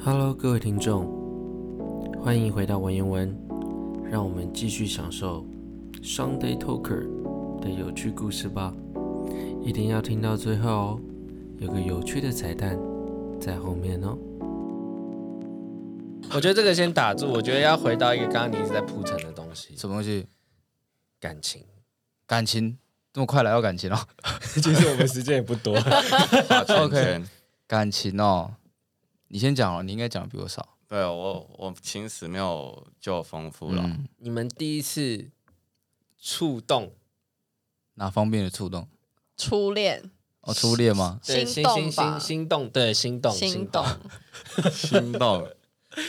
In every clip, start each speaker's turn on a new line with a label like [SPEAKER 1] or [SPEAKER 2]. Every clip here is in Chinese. [SPEAKER 1] Hello，各位听众，欢迎回到文言文，让我们继续享受 Sunday Talker 的有趣故事吧。一定要听到最后哦，有个有趣的彩蛋在后面哦。
[SPEAKER 2] 我觉得这个先打住，我觉得要回到一个刚刚你一直在铺陈的东西，
[SPEAKER 3] 什么东西？
[SPEAKER 2] 感情。
[SPEAKER 3] 感情这么快来到感情哦？
[SPEAKER 2] 其实我们时间也不多，
[SPEAKER 4] 画圈
[SPEAKER 3] OK
[SPEAKER 4] 圈。
[SPEAKER 3] 感情哦，你先讲哦，你应该讲的比我少。
[SPEAKER 4] 对我，我情史没有就丰富了。
[SPEAKER 3] 嗯，
[SPEAKER 2] 你们第一次触动，
[SPEAKER 3] 哪方面的触动？
[SPEAKER 5] 初恋，
[SPEAKER 3] 哦，初恋吗？
[SPEAKER 2] 对，
[SPEAKER 5] 心
[SPEAKER 2] 心
[SPEAKER 5] 动
[SPEAKER 2] 心
[SPEAKER 5] 吧
[SPEAKER 2] 心心动，对，心动，
[SPEAKER 5] 心动，
[SPEAKER 4] 心动，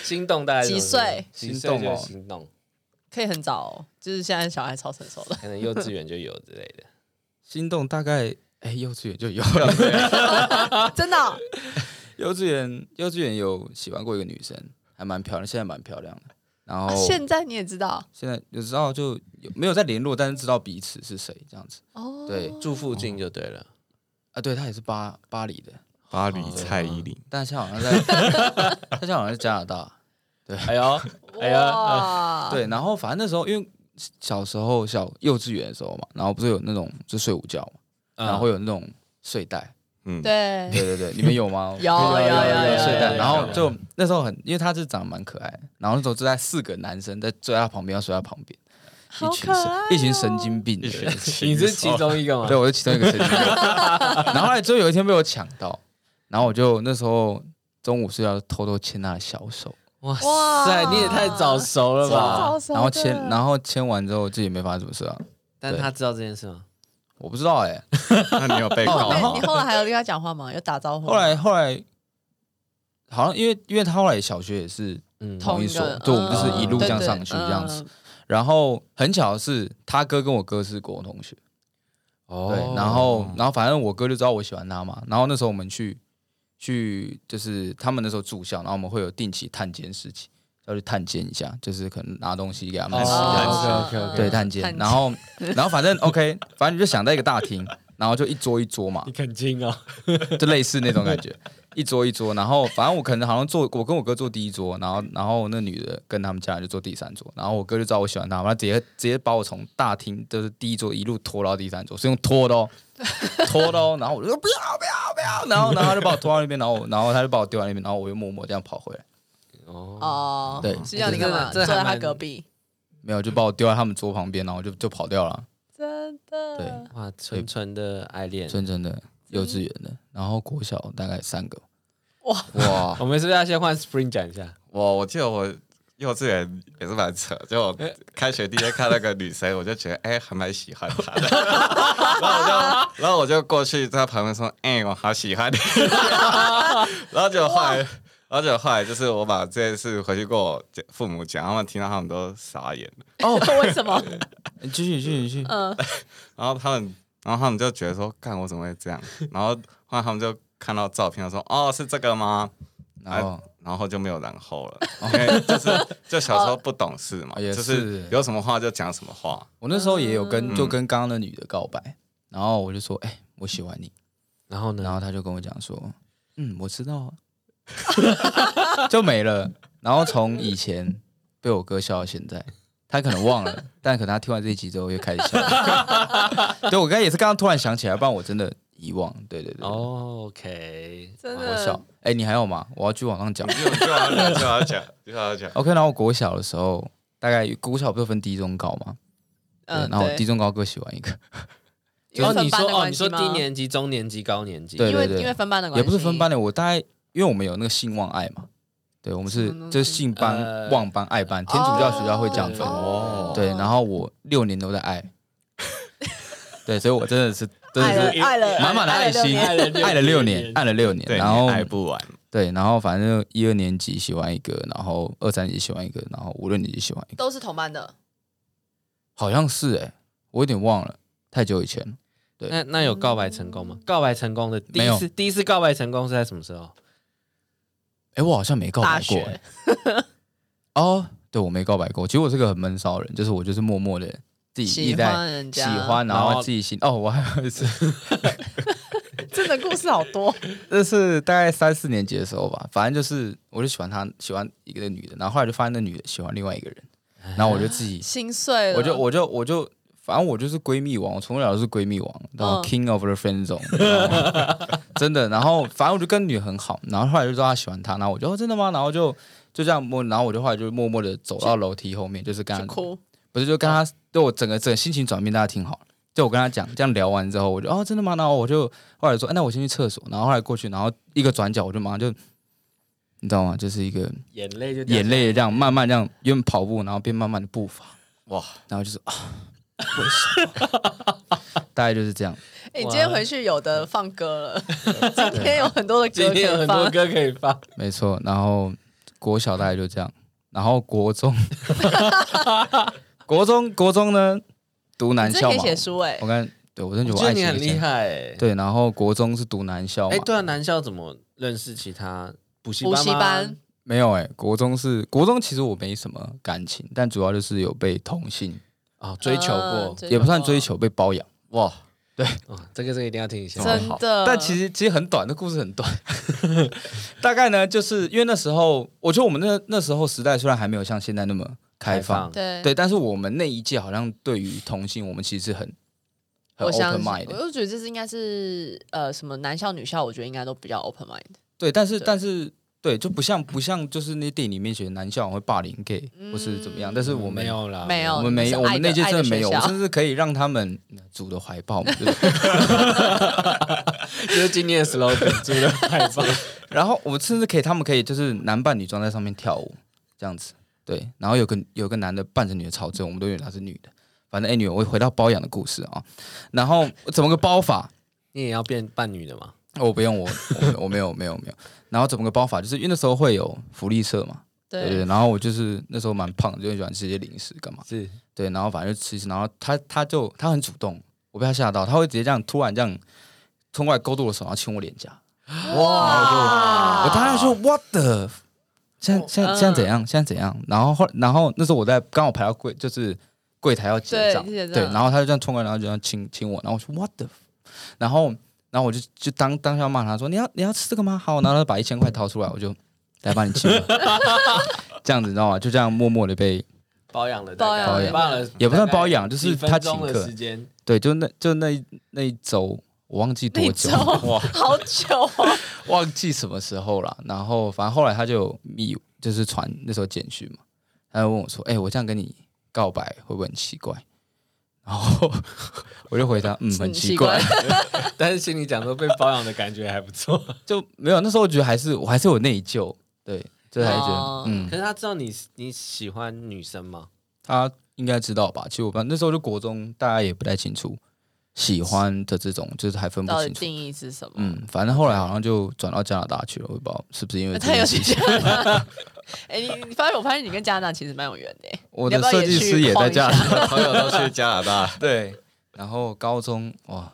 [SPEAKER 2] 心动，大概是什
[SPEAKER 5] 几
[SPEAKER 2] 么时候
[SPEAKER 5] 岁
[SPEAKER 2] 几
[SPEAKER 3] 心动
[SPEAKER 2] 岁就
[SPEAKER 3] 哦
[SPEAKER 2] 心动，
[SPEAKER 5] 可以很早哦，就是现在小孩超成 熟的。
[SPEAKER 2] 可能幼稚园就有之类的。
[SPEAKER 3] 心动大概哎，幼稚园就有 了。
[SPEAKER 5] 真的 哦、
[SPEAKER 3] 幼稚园，幼稚园有喜欢过一个女生，还蛮漂亮，现在蛮漂亮的。然后、
[SPEAKER 5] 啊现在你也知道
[SPEAKER 3] 现在有知道就有没有在联络，但是知道彼此是谁这样子
[SPEAKER 5] 哦。
[SPEAKER 3] 对
[SPEAKER 2] 住附近就对了，
[SPEAKER 3] 啊。对，她也是巴巴黎的，
[SPEAKER 4] 巴黎蔡依林，
[SPEAKER 3] 但是她好像 在，她现在好像在加拿大。
[SPEAKER 2] 哎呦，哎呀，
[SPEAKER 5] 哇，
[SPEAKER 3] 对，然后反正那时候因为小时候小幼稚园的时候嘛，然后不是有那种就睡午觉嘛，
[SPEAKER 2] 嗯
[SPEAKER 3] 然后会有那种睡 袋，
[SPEAKER 4] 嗯，
[SPEAKER 5] 对？
[SPEAKER 3] 对对对，你们有吗
[SPEAKER 5] 有哦有有有有
[SPEAKER 3] 睡袋，
[SPEAKER 5] 有
[SPEAKER 3] 然后
[SPEAKER 2] 有
[SPEAKER 3] 就那时候很，因为他是长得蛮可爱的，然后那时候就在四个男生在坐在他旁边，要睡在他旁边，
[SPEAKER 5] 好
[SPEAKER 3] 一
[SPEAKER 5] 可
[SPEAKER 3] 群
[SPEAKER 5] 爱
[SPEAKER 3] 神
[SPEAKER 5] 哦
[SPEAKER 3] 一群神经病的人，
[SPEAKER 2] 你是其中一个吗？
[SPEAKER 3] 对，我是其中一个神经病。然后后来就有一天被我抢到，然后我就那时候中午睡觉偷偷牵他的小手，
[SPEAKER 2] 哇
[SPEAKER 5] 哇
[SPEAKER 2] 塞，你也太早熟了吧？
[SPEAKER 5] 超熟的
[SPEAKER 3] 然后牵，然后牵完之后自己没发生什么事啊，
[SPEAKER 2] 但他知道这件事吗？
[SPEAKER 3] 我不知道哎、
[SPEAKER 4] 那你有被
[SPEAKER 5] 后
[SPEAKER 2] 哦
[SPEAKER 4] 告
[SPEAKER 5] 面
[SPEAKER 4] 吗
[SPEAKER 5] 哦你？后来还有跟他讲话吗？有打招呼吗？
[SPEAKER 3] 哎后来后来，好像因为因为他后来小学也是，
[SPEAKER 2] 嗯，
[SPEAKER 3] 同一
[SPEAKER 5] 一
[SPEAKER 3] 所
[SPEAKER 5] 个，
[SPEAKER 3] 就我们就是
[SPEAKER 5] 嗯
[SPEAKER 3] 一路这样
[SPEAKER 5] 对对
[SPEAKER 3] 上去这样子
[SPEAKER 5] 嗯
[SPEAKER 3] 然后很巧的是他哥跟我哥是国中同学，对，
[SPEAKER 2] 哦
[SPEAKER 3] 然后然后反正我哥就知道我喜欢他嘛，然后那时候我们去去就是他们那时候住校，然后我们会有定期探监事情，要去探监一下，就是可能拿东西给他
[SPEAKER 5] 嗯
[SPEAKER 3] 们吃这
[SPEAKER 5] 啊
[SPEAKER 3] 样子，
[SPEAKER 2] 哦 OK，OK，OK
[SPEAKER 3] 对，探监，然后然后反正 OK，反正你就想在一个大厅，然后就一桌一桌嘛
[SPEAKER 2] 你，肯亲哦，
[SPEAKER 3] 就类似那种感觉，一桌一桌，然后反正我可能好像坐，我跟我哥坐第一桌，然后然后那女的跟他们家人就坐第三桌，然后我哥就知道我喜欢她嘛，他直接直接把我从大厅就是第一桌一路拖到第三桌，是用拖的哦，拖的哦，然后我就说不要不要不要，然后然后他就把我拖到那边，然后我然后他就把我丢到那边，然后我又默默这样跑回来，
[SPEAKER 2] 哦，
[SPEAKER 5] 哦，
[SPEAKER 3] 对
[SPEAKER 5] 是叫你干嘛？
[SPEAKER 2] 这
[SPEAKER 5] 坐
[SPEAKER 2] 这还
[SPEAKER 5] 在他
[SPEAKER 2] 蛮
[SPEAKER 5] 隔壁，
[SPEAKER 3] 没有就把我丢在他们桌旁边，然后我就就跑掉了，
[SPEAKER 5] 真的，
[SPEAKER 2] 哇，纯纯的爱恋。
[SPEAKER 3] 真真的幼稚园的，然后国小大概三个，
[SPEAKER 5] 哇
[SPEAKER 3] 哇
[SPEAKER 2] 我们是不是要先换 Spring 讲一下？
[SPEAKER 4] 我我记得我幼稚园也是蛮扯，就我开学第一天看那个女生，我就觉得哎、还蛮喜欢她 的，然后我就然后我就过去在她旁边说，哎、我好喜 欢你，然后就后来，然后就后来就是我把这件事回去跟我父母讲，他们听到他们都傻眼，
[SPEAKER 3] 哦，
[SPEAKER 5] 为什 么？
[SPEAKER 3] 哎继续继续继续，
[SPEAKER 5] 嗯，
[SPEAKER 4] 然后他们，然后他们就觉得说，干我怎么会这样？然后后来他们就看到照片，说，哦，是这个吗？哎
[SPEAKER 3] 然后。
[SPEAKER 4] 然后就没有然 后了，因为就是就小时候不懂事嘛，
[SPEAKER 3] 哦也
[SPEAKER 4] 就是有什么话就讲什么话。
[SPEAKER 3] 我那时候也有跟、
[SPEAKER 4] 嗯
[SPEAKER 3] 就跟刚刚那女的告白，然后我就说，哎、我喜欢你，
[SPEAKER 2] 然后
[SPEAKER 3] 然
[SPEAKER 2] 呢？
[SPEAKER 3] 后她就跟我讲说，嗯，我知道啊，就没了。然后从以前被我哥笑到现在，他可能忘了，但可能他听完这一集之后又开始笑了。对我刚才也是刚刚突然想起来，不然我真的遗忘。对对对，哦，
[SPEAKER 2] 哦 OK，
[SPEAKER 5] 真
[SPEAKER 3] 我笑
[SPEAKER 5] 的，。
[SPEAKER 3] 哎、你还有吗？我要去网上讲
[SPEAKER 4] 你。就就要讲，就要讲，就要讲。
[SPEAKER 3] OK，然后我国小的时候，大概国小不是分低中高嘛，对
[SPEAKER 5] 嗯，
[SPEAKER 3] 然后我
[SPEAKER 5] 对
[SPEAKER 3] 低中高各喜欢一个。
[SPEAKER 5] 因为
[SPEAKER 2] 哦，你
[SPEAKER 5] 分班
[SPEAKER 2] 说
[SPEAKER 5] 的
[SPEAKER 2] 哦，
[SPEAKER 5] 关
[SPEAKER 2] 你说
[SPEAKER 5] 系
[SPEAKER 2] 低
[SPEAKER 5] 吗
[SPEAKER 2] 年级、中年级、高年级，
[SPEAKER 3] 对
[SPEAKER 5] 因为因为分班的关
[SPEAKER 3] 也
[SPEAKER 5] 系，
[SPEAKER 3] 不是分班的，我大概因为我们有那个性望爱嘛，对我们是
[SPEAKER 5] 什么东西
[SPEAKER 3] 就是性班、
[SPEAKER 2] 呃
[SPEAKER 3] 望班、爱班，天主教学校会这样分。
[SPEAKER 4] 哦
[SPEAKER 3] 对，然后我六年都在爱，对，所以我真的是真
[SPEAKER 5] 爱
[SPEAKER 3] 的
[SPEAKER 5] 了
[SPEAKER 3] 是
[SPEAKER 5] 爱了
[SPEAKER 3] 满满的
[SPEAKER 5] 爱了六
[SPEAKER 3] 心，
[SPEAKER 5] 年
[SPEAKER 3] 爱了六年，爱了六年，
[SPEAKER 4] 对，
[SPEAKER 3] 然后
[SPEAKER 4] 你爱不完。
[SPEAKER 3] 对，然后反正一二年级喜欢一个，然后二三年级喜欢一个，然后五六年级喜欢一个，
[SPEAKER 5] 都是同班的，
[SPEAKER 3] 好像是哎、我有点忘了，太久以前了。对
[SPEAKER 2] 那那有告白成功
[SPEAKER 5] 嗯
[SPEAKER 2] 吗？告白成功的第
[SPEAKER 3] 没
[SPEAKER 2] 一
[SPEAKER 3] 有
[SPEAKER 2] 次，第一次告白成功是在什么时候？
[SPEAKER 3] 哎，我好像没告
[SPEAKER 5] 大
[SPEAKER 3] 白过、
[SPEAKER 5] 学
[SPEAKER 3] 哦，对我没告白过。其实我是个很闷骚的人，就是我就是默默的自己一
[SPEAKER 5] 喜
[SPEAKER 3] 直在
[SPEAKER 5] 欢人
[SPEAKER 3] 喜
[SPEAKER 5] 家，
[SPEAKER 3] 欢，然
[SPEAKER 2] 然后
[SPEAKER 3] 后自己心哦，我还有一次，
[SPEAKER 5] 真的故事好多，
[SPEAKER 3] 这是大概三四年级的时候吧，反正就是我就喜欢他，喜欢一个女的，然后后来就发现那女的喜欢另外一个人，然后我就自己，
[SPEAKER 5] 心碎了。
[SPEAKER 3] 我就我就我就，反正我就是闺蜜王，我从小就是闺蜜王，然后
[SPEAKER 5] 嗯
[SPEAKER 3] King of the Friend Zone，你知道 吗真的。然后反正我就跟女很好，然后后来就知道她喜欢他，然后我就、哦、真的吗？然后就就这样默，然后我就后来就默默的走到楼梯后面，就是跟
[SPEAKER 5] 就
[SPEAKER 3] 她
[SPEAKER 5] 哭，
[SPEAKER 3] 不是就跟他对我整个整个心情转变，大家听好了。就我跟他讲，这样聊完之后，我就哦，真的吗？然后我就后来说，哎那我先去厕所，然后后来过去，然后一个转角，我就马上就，你知道吗？就是一个
[SPEAKER 2] 眼泪就掉
[SPEAKER 3] 眼
[SPEAKER 2] 下来
[SPEAKER 3] 泪这样慢慢这样，原本跑步，然后变慢慢的步伐，
[SPEAKER 4] 哇，
[SPEAKER 3] 然后就是啊，为什么？ 大概就是这样。
[SPEAKER 5] 哎你今天回去有的放歌 了，今天有很多的歌
[SPEAKER 2] 今
[SPEAKER 5] 可
[SPEAKER 2] 天有
[SPEAKER 5] 以
[SPEAKER 2] 很
[SPEAKER 5] 放
[SPEAKER 2] 多。歌可以放，
[SPEAKER 3] 没错，然后国小大概就这样，然后国中， 国中国中呢读男
[SPEAKER 5] 你真
[SPEAKER 3] 校
[SPEAKER 5] 的可
[SPEAKER 3] 嘛
[SPEAKER 5] 以，写书哎
[SPEAKER 3] 我，刚对我真的
[SPEAKER 2] 我
[SPEAKER 3] 觉得
[SPEAKER 2] 觉
[SPEAKER 3] 我
[SPEAKER 2] 得
[SPEAKER 3] 爱
[SPEAKER 2] 你很
[SPEAKER 3] 情的
[SPEAKER 2] 厉
[SPEAKER 3] 先
[SPEAKER 2] 害欸。
[SPEAKER 3] 对，然后国中是读男校嘛，
[SPEAKER 2] 哎，对啊，男校怎么认识其他补习
[SPEAKER 5] 补习
[SPEAKER 2] 吗
[SPEAKER 5] 班？
[SPEAKER 3] 没有哎、国中是国中，其实我没什么感情，但主要就是有被同性，
[SPEAKER 2] 哦，追求
[SPEAKER 5] 嗯
[SPEAKER 2] 过，
[SPEAKER 5] 追
[SPEAKER 3] 也不算
[SPEAKER 5] 过
[SPEAKER 3] 追求，被包养。
[SPEAKER 4] 哇，
[SPEAKER 2] 哦，这个这个一定要听一下。
[SPEAKER 5] 呃真的。
[SPEAKER 3] 但其实其实很短，的故事很短， 大概呢，就是因为那时候，我觉得我们那那时候时代虽然还没有像现在那么开放，
[SPEAKER 5] 对
[SPEAKER 3] 对，但是我们那一届好像对于同性，我们其实是很很
[SPEAKER 5] 我相
[SPEAKER 3] open
[SPEAKER 5] 信，
[SPEAKER 3] mind
[SPEAKER 5] 我
[SPEAKER 3] 的，
[SPEAKER 5] 就觉得这是应该是呃什么男校女校，我觉得应该都比较 open mind。
[SPEAKER 3] 对，但是
[SPEAKER 5] 对
[SPEAKER 3] 但是对，就不像不像就是那电影里面写的男校会霸凌 gay 或是怎么样，但是我们
[SPEAKER 2] 没有啦，
[SPEAKER 5] 没有
[SPEAKER 3] 我们没有，
[SPEAKER 5] 嗯是
[SPEAKER 3] 我
[SPEAKER 5] 爱的
[SPEAKER 3] 们那届真的没有，
[SPEAKER 5] 爱的学
[SPEAKER 3] 我
[SPEAKER 5] 校
[SPEAKER 3] 甚至可以让他们主的怀抱嘛。对不对
[SPEAKER 2] 就是今天的 slogan，主的海报。
[SPEAKER 3] 然后我们甚至可以，他们可以就是男扮女装在上面跳舞这样子。对，然后有个有个男的扮成女的朝正，我们都以为她是女的。反正 anyway，我回到包养的故事啊，然后怎么个包法？
[SPEAKER 2] 你也要变伴侣的嘛？
[SPEAKER 3] 哦我不用，我我我没有没有没有。然后怎么个包法？就是因为那时候会有福利社嘛，对对。
[SPEAKER 5] 对，
[SPEAKER 3] 对然后我就是那时候蛮胖的，就很喜欢吃一些零食干嘛。
[SPEAKER 2] 是
[SPEAKER 3] 对，然后反正就吃一吃，然后他他就他很主动，我被他吓到，他会直接这样突然这样冲过来勾住我的手，然后亲我脸颊，
[SPEAKER 5] 哇啊
[SPEAKER 3] 我当然说 what the，f- 啊现在现在现在怎
[SPEAKER 5] 嗯
[SPEAKER 3] 样？现在怎样？然后后然后那时候我在刚好排到柜，就是柜台要结
[SPEAKER 5] 对
[SPEAKER 3] 账，
[SPEAKER 5] 结账
[SPEAKER 3] 对，然后他就这样冲过来，然后就这样亲亲我，然后我说 what the，f- 然后然后我就就当当下骂他说你要你要吃这个吗？好，然后他把一千块掏出来，我就来帮你亲吧， 这样子你知道吗？就这样默默的被
[SPEAKER 2] 包养了，
[SPEAKER 5] 包养
[SPEAKER 3] 了
[SPEAKER 2] 包养了，
[SPEAKER 3] 也不算包养就是他请
[SPEAKER 2] 的
[SPEAKER 3] 客
[SPEAKER 2] 时间，
[SPEAKER 3] 对，就那就那一那一周，我忘记
[SPEAKER 5] 那
[SPEAKER 3] 多久
[SPEAKER 5] 周
[SPEAKER 3] 了，
[SPEAKER 5] 好久啊，
[SPEAKER 3] 忘记什么时候了。然后反正后来他就有密，就是传那时候简讯嘛，他就问我说：“哎、我这样跟你告白会不会很奇怪？”然后我就回 答：“嗯， 很奇怪。
[SPEAKER 5] 很
[SPEAKER 2] 但是心里讲说被包养的感觉还不错。
[SPEAKER 3] 就没有那时候我觉得还是我还是有内疚，对，这才觉得、
[SPEAKER 5] 哦
[SPEAKER 3] 嗯
[SPEAKER 2] 可，是他知道你你喜欢女生吗？
[SPEAKER 5] 哦
[SPEAKER 3] 他应该知道吧？其实我班那时候就国中，大家也不太清楚喜欢的这种，就是还分不
[SPEAKER 5] 到底
[SPEAKER 3] 清楚
[SPEAKER 5] 定。义是什么？
[SPEAKER 3] 嗯，反正后来好像就转到加拿大去了，我也不知道是不是因为这
[SPEAKER 5] 他
[SPEAKER 3] 件
[SPEAKER 5] 有
[SPEAKER 3] 事
[SPEAKER 5] 去
[SPEAKER 3] 情
[SPEAKER 5] 加拿大？哎，你你发现我发现你跟加拿大其实蛮有缘的欸。
[SPEAKER 3] 我
[SPEAKER 5] 你要
[SPEAKER 3] 的
[SPEAKER 5] 不要
[SPEAKER 3] 设计师也在
[SPEAKER 5] 去
[SPEAKER 3] 加
[SPEAKER 5] 晃一
[SPEAKER 3] 拿
[SPEAKER 5] 下
[SPEAKER 3] 大，，
[SPEAKER 4] 朋友都去加拿大
[SPEAKER 3] 对。然后高中哇，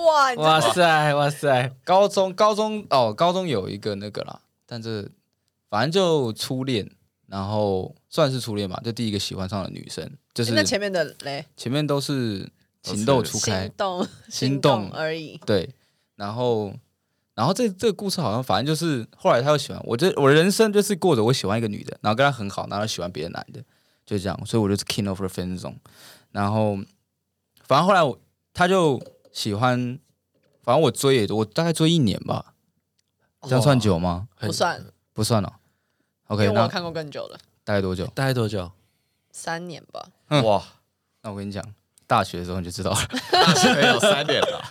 [SPEAKER 5] 哇，你
[SPEAKER 2] 哇塞哇塞，
[SPEAKER 3] 高中高中哦，高中有一个那个啦，但这反正就初恋，然后算是初恋吧，就第一个喜欢上的女生，就是
[SPEAKER 5] 那前面的嘞，
[SPEAKER 3] 前面都是情窦初
[SPEAKER 5] 心
[SPEAKER 3] 开，
[SPEAKER 5] 动，
[SPEAKER 3] 心
[SPEAKER 5] 心
[SPEAKER 3] 动
[SPEAKER 5] 动而已。
[SPEAKER 3] 对。然后然后这这个故事好像反正就是后来他又喜欢我这，我人生就是过着我喜欢一个女的，然后跟她很好，然后她喜欢别的男的，就这样，所以我就是 king of the friend zone。然后反正后来我他就喜欢，反正我追也我大概追一年吧，这样算久吗？
[SPEAKER 5] 不算，
[SPEAKER 3] 不算了。
[SPEAKER 5] 因
[SPEAKER 3] OK，
[SPEAKER 5] 为我
[SPEAKER 3] 那
[SPEAKER 5] 有看过更久了，
[SPEAKER 3] 大概多久？
[SPEAKER 2] 大概多久？
[SPEAKER 5] 三年吧。
[SPEAKER 3] 嗯
[SPEAKER 4] 哇，
[SPEAKER 3] 那我跟你讲，大学的时候你就知道了。
[SPEAKER 4] 大学有三年了，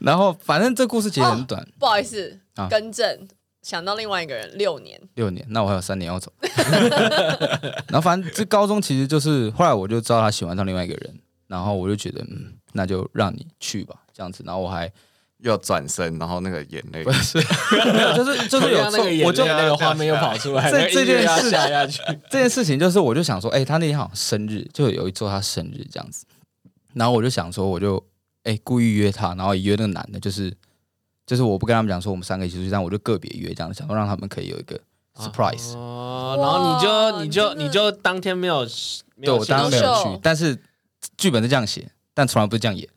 [SPEAKER 3] 然后反正这故事其实很短，
[SPEAKER 5] 不好意思
[SPEAKER 3] 啊，
[SPEAKER 5] 更正，想到另外一个人，六年。
[SPEAKER 3] 六年，那我还有三年要走。 然后反正这高中其实就是后来我就知道他喜欢上另外一个人，然后我就觉得嗯，那就让你去吧，这样子。然后我 还
[SPEAKER 4] 又转身，然后那个眼泪
[SPEAKER 3] 不，是，就是就是有
[SPEAKER 2] 刚刚啊那个眼
[SPEAKER 3] 错，
[SPEAKER 2] 泪
[SPEAKER 3] 我就
[SPEAKER 2] 那个画面又跑出来，
[SPEAKER 3] 这
[SPEAKER 2] 那个音乐要
[SPEAKER 3] 这件事
[SPEAKER 2] 下下去，
[SPEAKER 3] 这件事情就是我就想说，哎、他那天好像生日，就有一周他生日这样子，然后我就想说，我就哎、故意约他，然后也约那个男的，就是就是我不跟他们讲说我们三个一起出去，但我就个别约这样，想说让他们可以有一个 surprise。
[SPEAKER 2] 哦，然后你就
[SPEAKER 5] 哇
[SPEAKER 2] 你就
[SPEAKER 5] 你真的
[SPEAKER 2] 你就当天没有没
[SPEAKER 3] 对
[SPEAKER 2] 有
[SPEAKER 3] 我当然没有
[SPEAKER 5] 秀
[SPEAKER 3] 去，但是剧本是这样写，但从来不是这样演。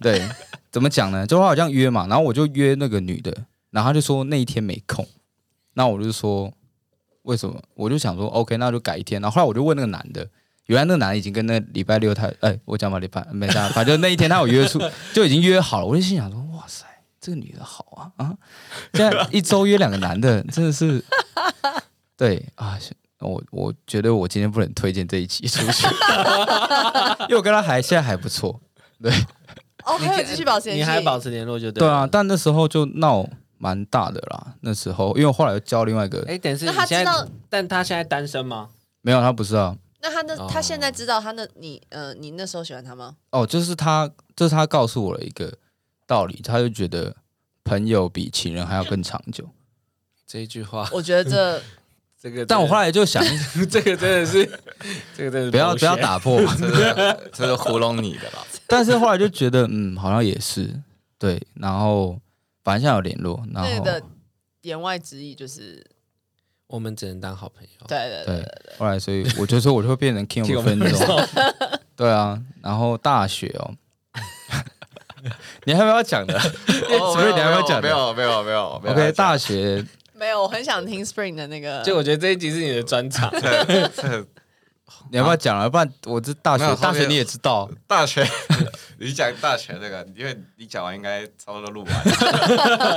[SPEAKER 3] 对，怎么讲呢？就好像约嘛，然后我就约那个女的，然后她就说那一天没空，那我就说为什么？我就想说 OK，那就改一天。然后后来我就问那个男的。原来那个男的已经跟那个礼拜六他，哎、我讲吧，礼拜没啥，反正那一天他有约出，就已经约好了。我就心想说，哇塞，这个女的好啊啊！现在一周约两个男的，真的是，对啊，我我觉得我今天不能推荐这一集出去， 因为我跟他还现在还不错，
[SPEAKER 5] 哦，还有继续保持联系，
[SPEAKER 2] 你还保持联络就对。
[SPEAKER 3] 对啊，，但那时候就闹蛮大的啦。那时候因为我后来又交另外一个，
[SPEAKER 2] 哎，等一下
[SPEAKER 5] 那
[SPEAKER 2] 你
[SPEAKER 5] 他
[SPEAKER 2] 现
[SPEAKER 5] 知
[SPEAKER 2] 在
[SPEAKER 5] 道，
[SPEAKER 2] 但他现在单身吗？
[SPEAKER 3] 没有他不是啊，
[SPEAKER 5] 那他那
[SPEAKER 1] 哦
[SPEAKER 5] 他现在知道他那你呃你那时候喜欢他吗？
[SPEAKER 3] 哦，就是他，就是他告诉我了一个道理，他就觉得朋友比情人还要更长久。
[SPEAKER 2] 这一句话，
[SPEAKER 5] 我觉得这
[SPEAKER 2] 这个，
[SPEAKER 3] 但我后来就 想，
[SPEAKER 2] 这个真的是，这个真的是
[SPEAKER 3] 不要
[SPEAKER 2] bullshit
[SPEAKER 3] 不要，打破，
[SPEAKER 4] 这是这是糊弄你的啦。
[SPEAKER 3] 但是后来就觉得，嗯，好像也是对。然后反正现在有联络， 然
[SPEAKER 5] 那
[SPEAKER 3] 后
[SPEAKER 5] 个言外之意就是，
[SPEAKER 1] 我们只能当好朋友。
[SPEAKER 5] 对对对
[SPEAKER 3] 哦对，后来所以我就说我就会变成 king of 分钟，对啊。然后大学哦，你还有没有要讲的
[SPEAKER 4] 哦
[SPEAKER 3] 所以你还会讲的
[SPEAKER 4] 没有没有没有啊没有没有
[SPEAKER 3] ？OK，大学
[SPEAKER 5] 没有，我很想听 Spring 的那个，
[SPEAKER 2] 就我觉得这一集是你的专场，
[SPEAKER 4] 这这
[SPEAKER 3] 你要不要讲啊？不然我这大
[SPEAKER 4] 没有
[SPEAKER 3] 学
[SPEAKER 4] 后
[SPEAKER 3] 大学
[SPEAKER 4] 面
[SPEAKER 3] 你也知道，
[SPEAKER 4] 大学， 你讲大学那个，因为你讲完应该差不多录完了。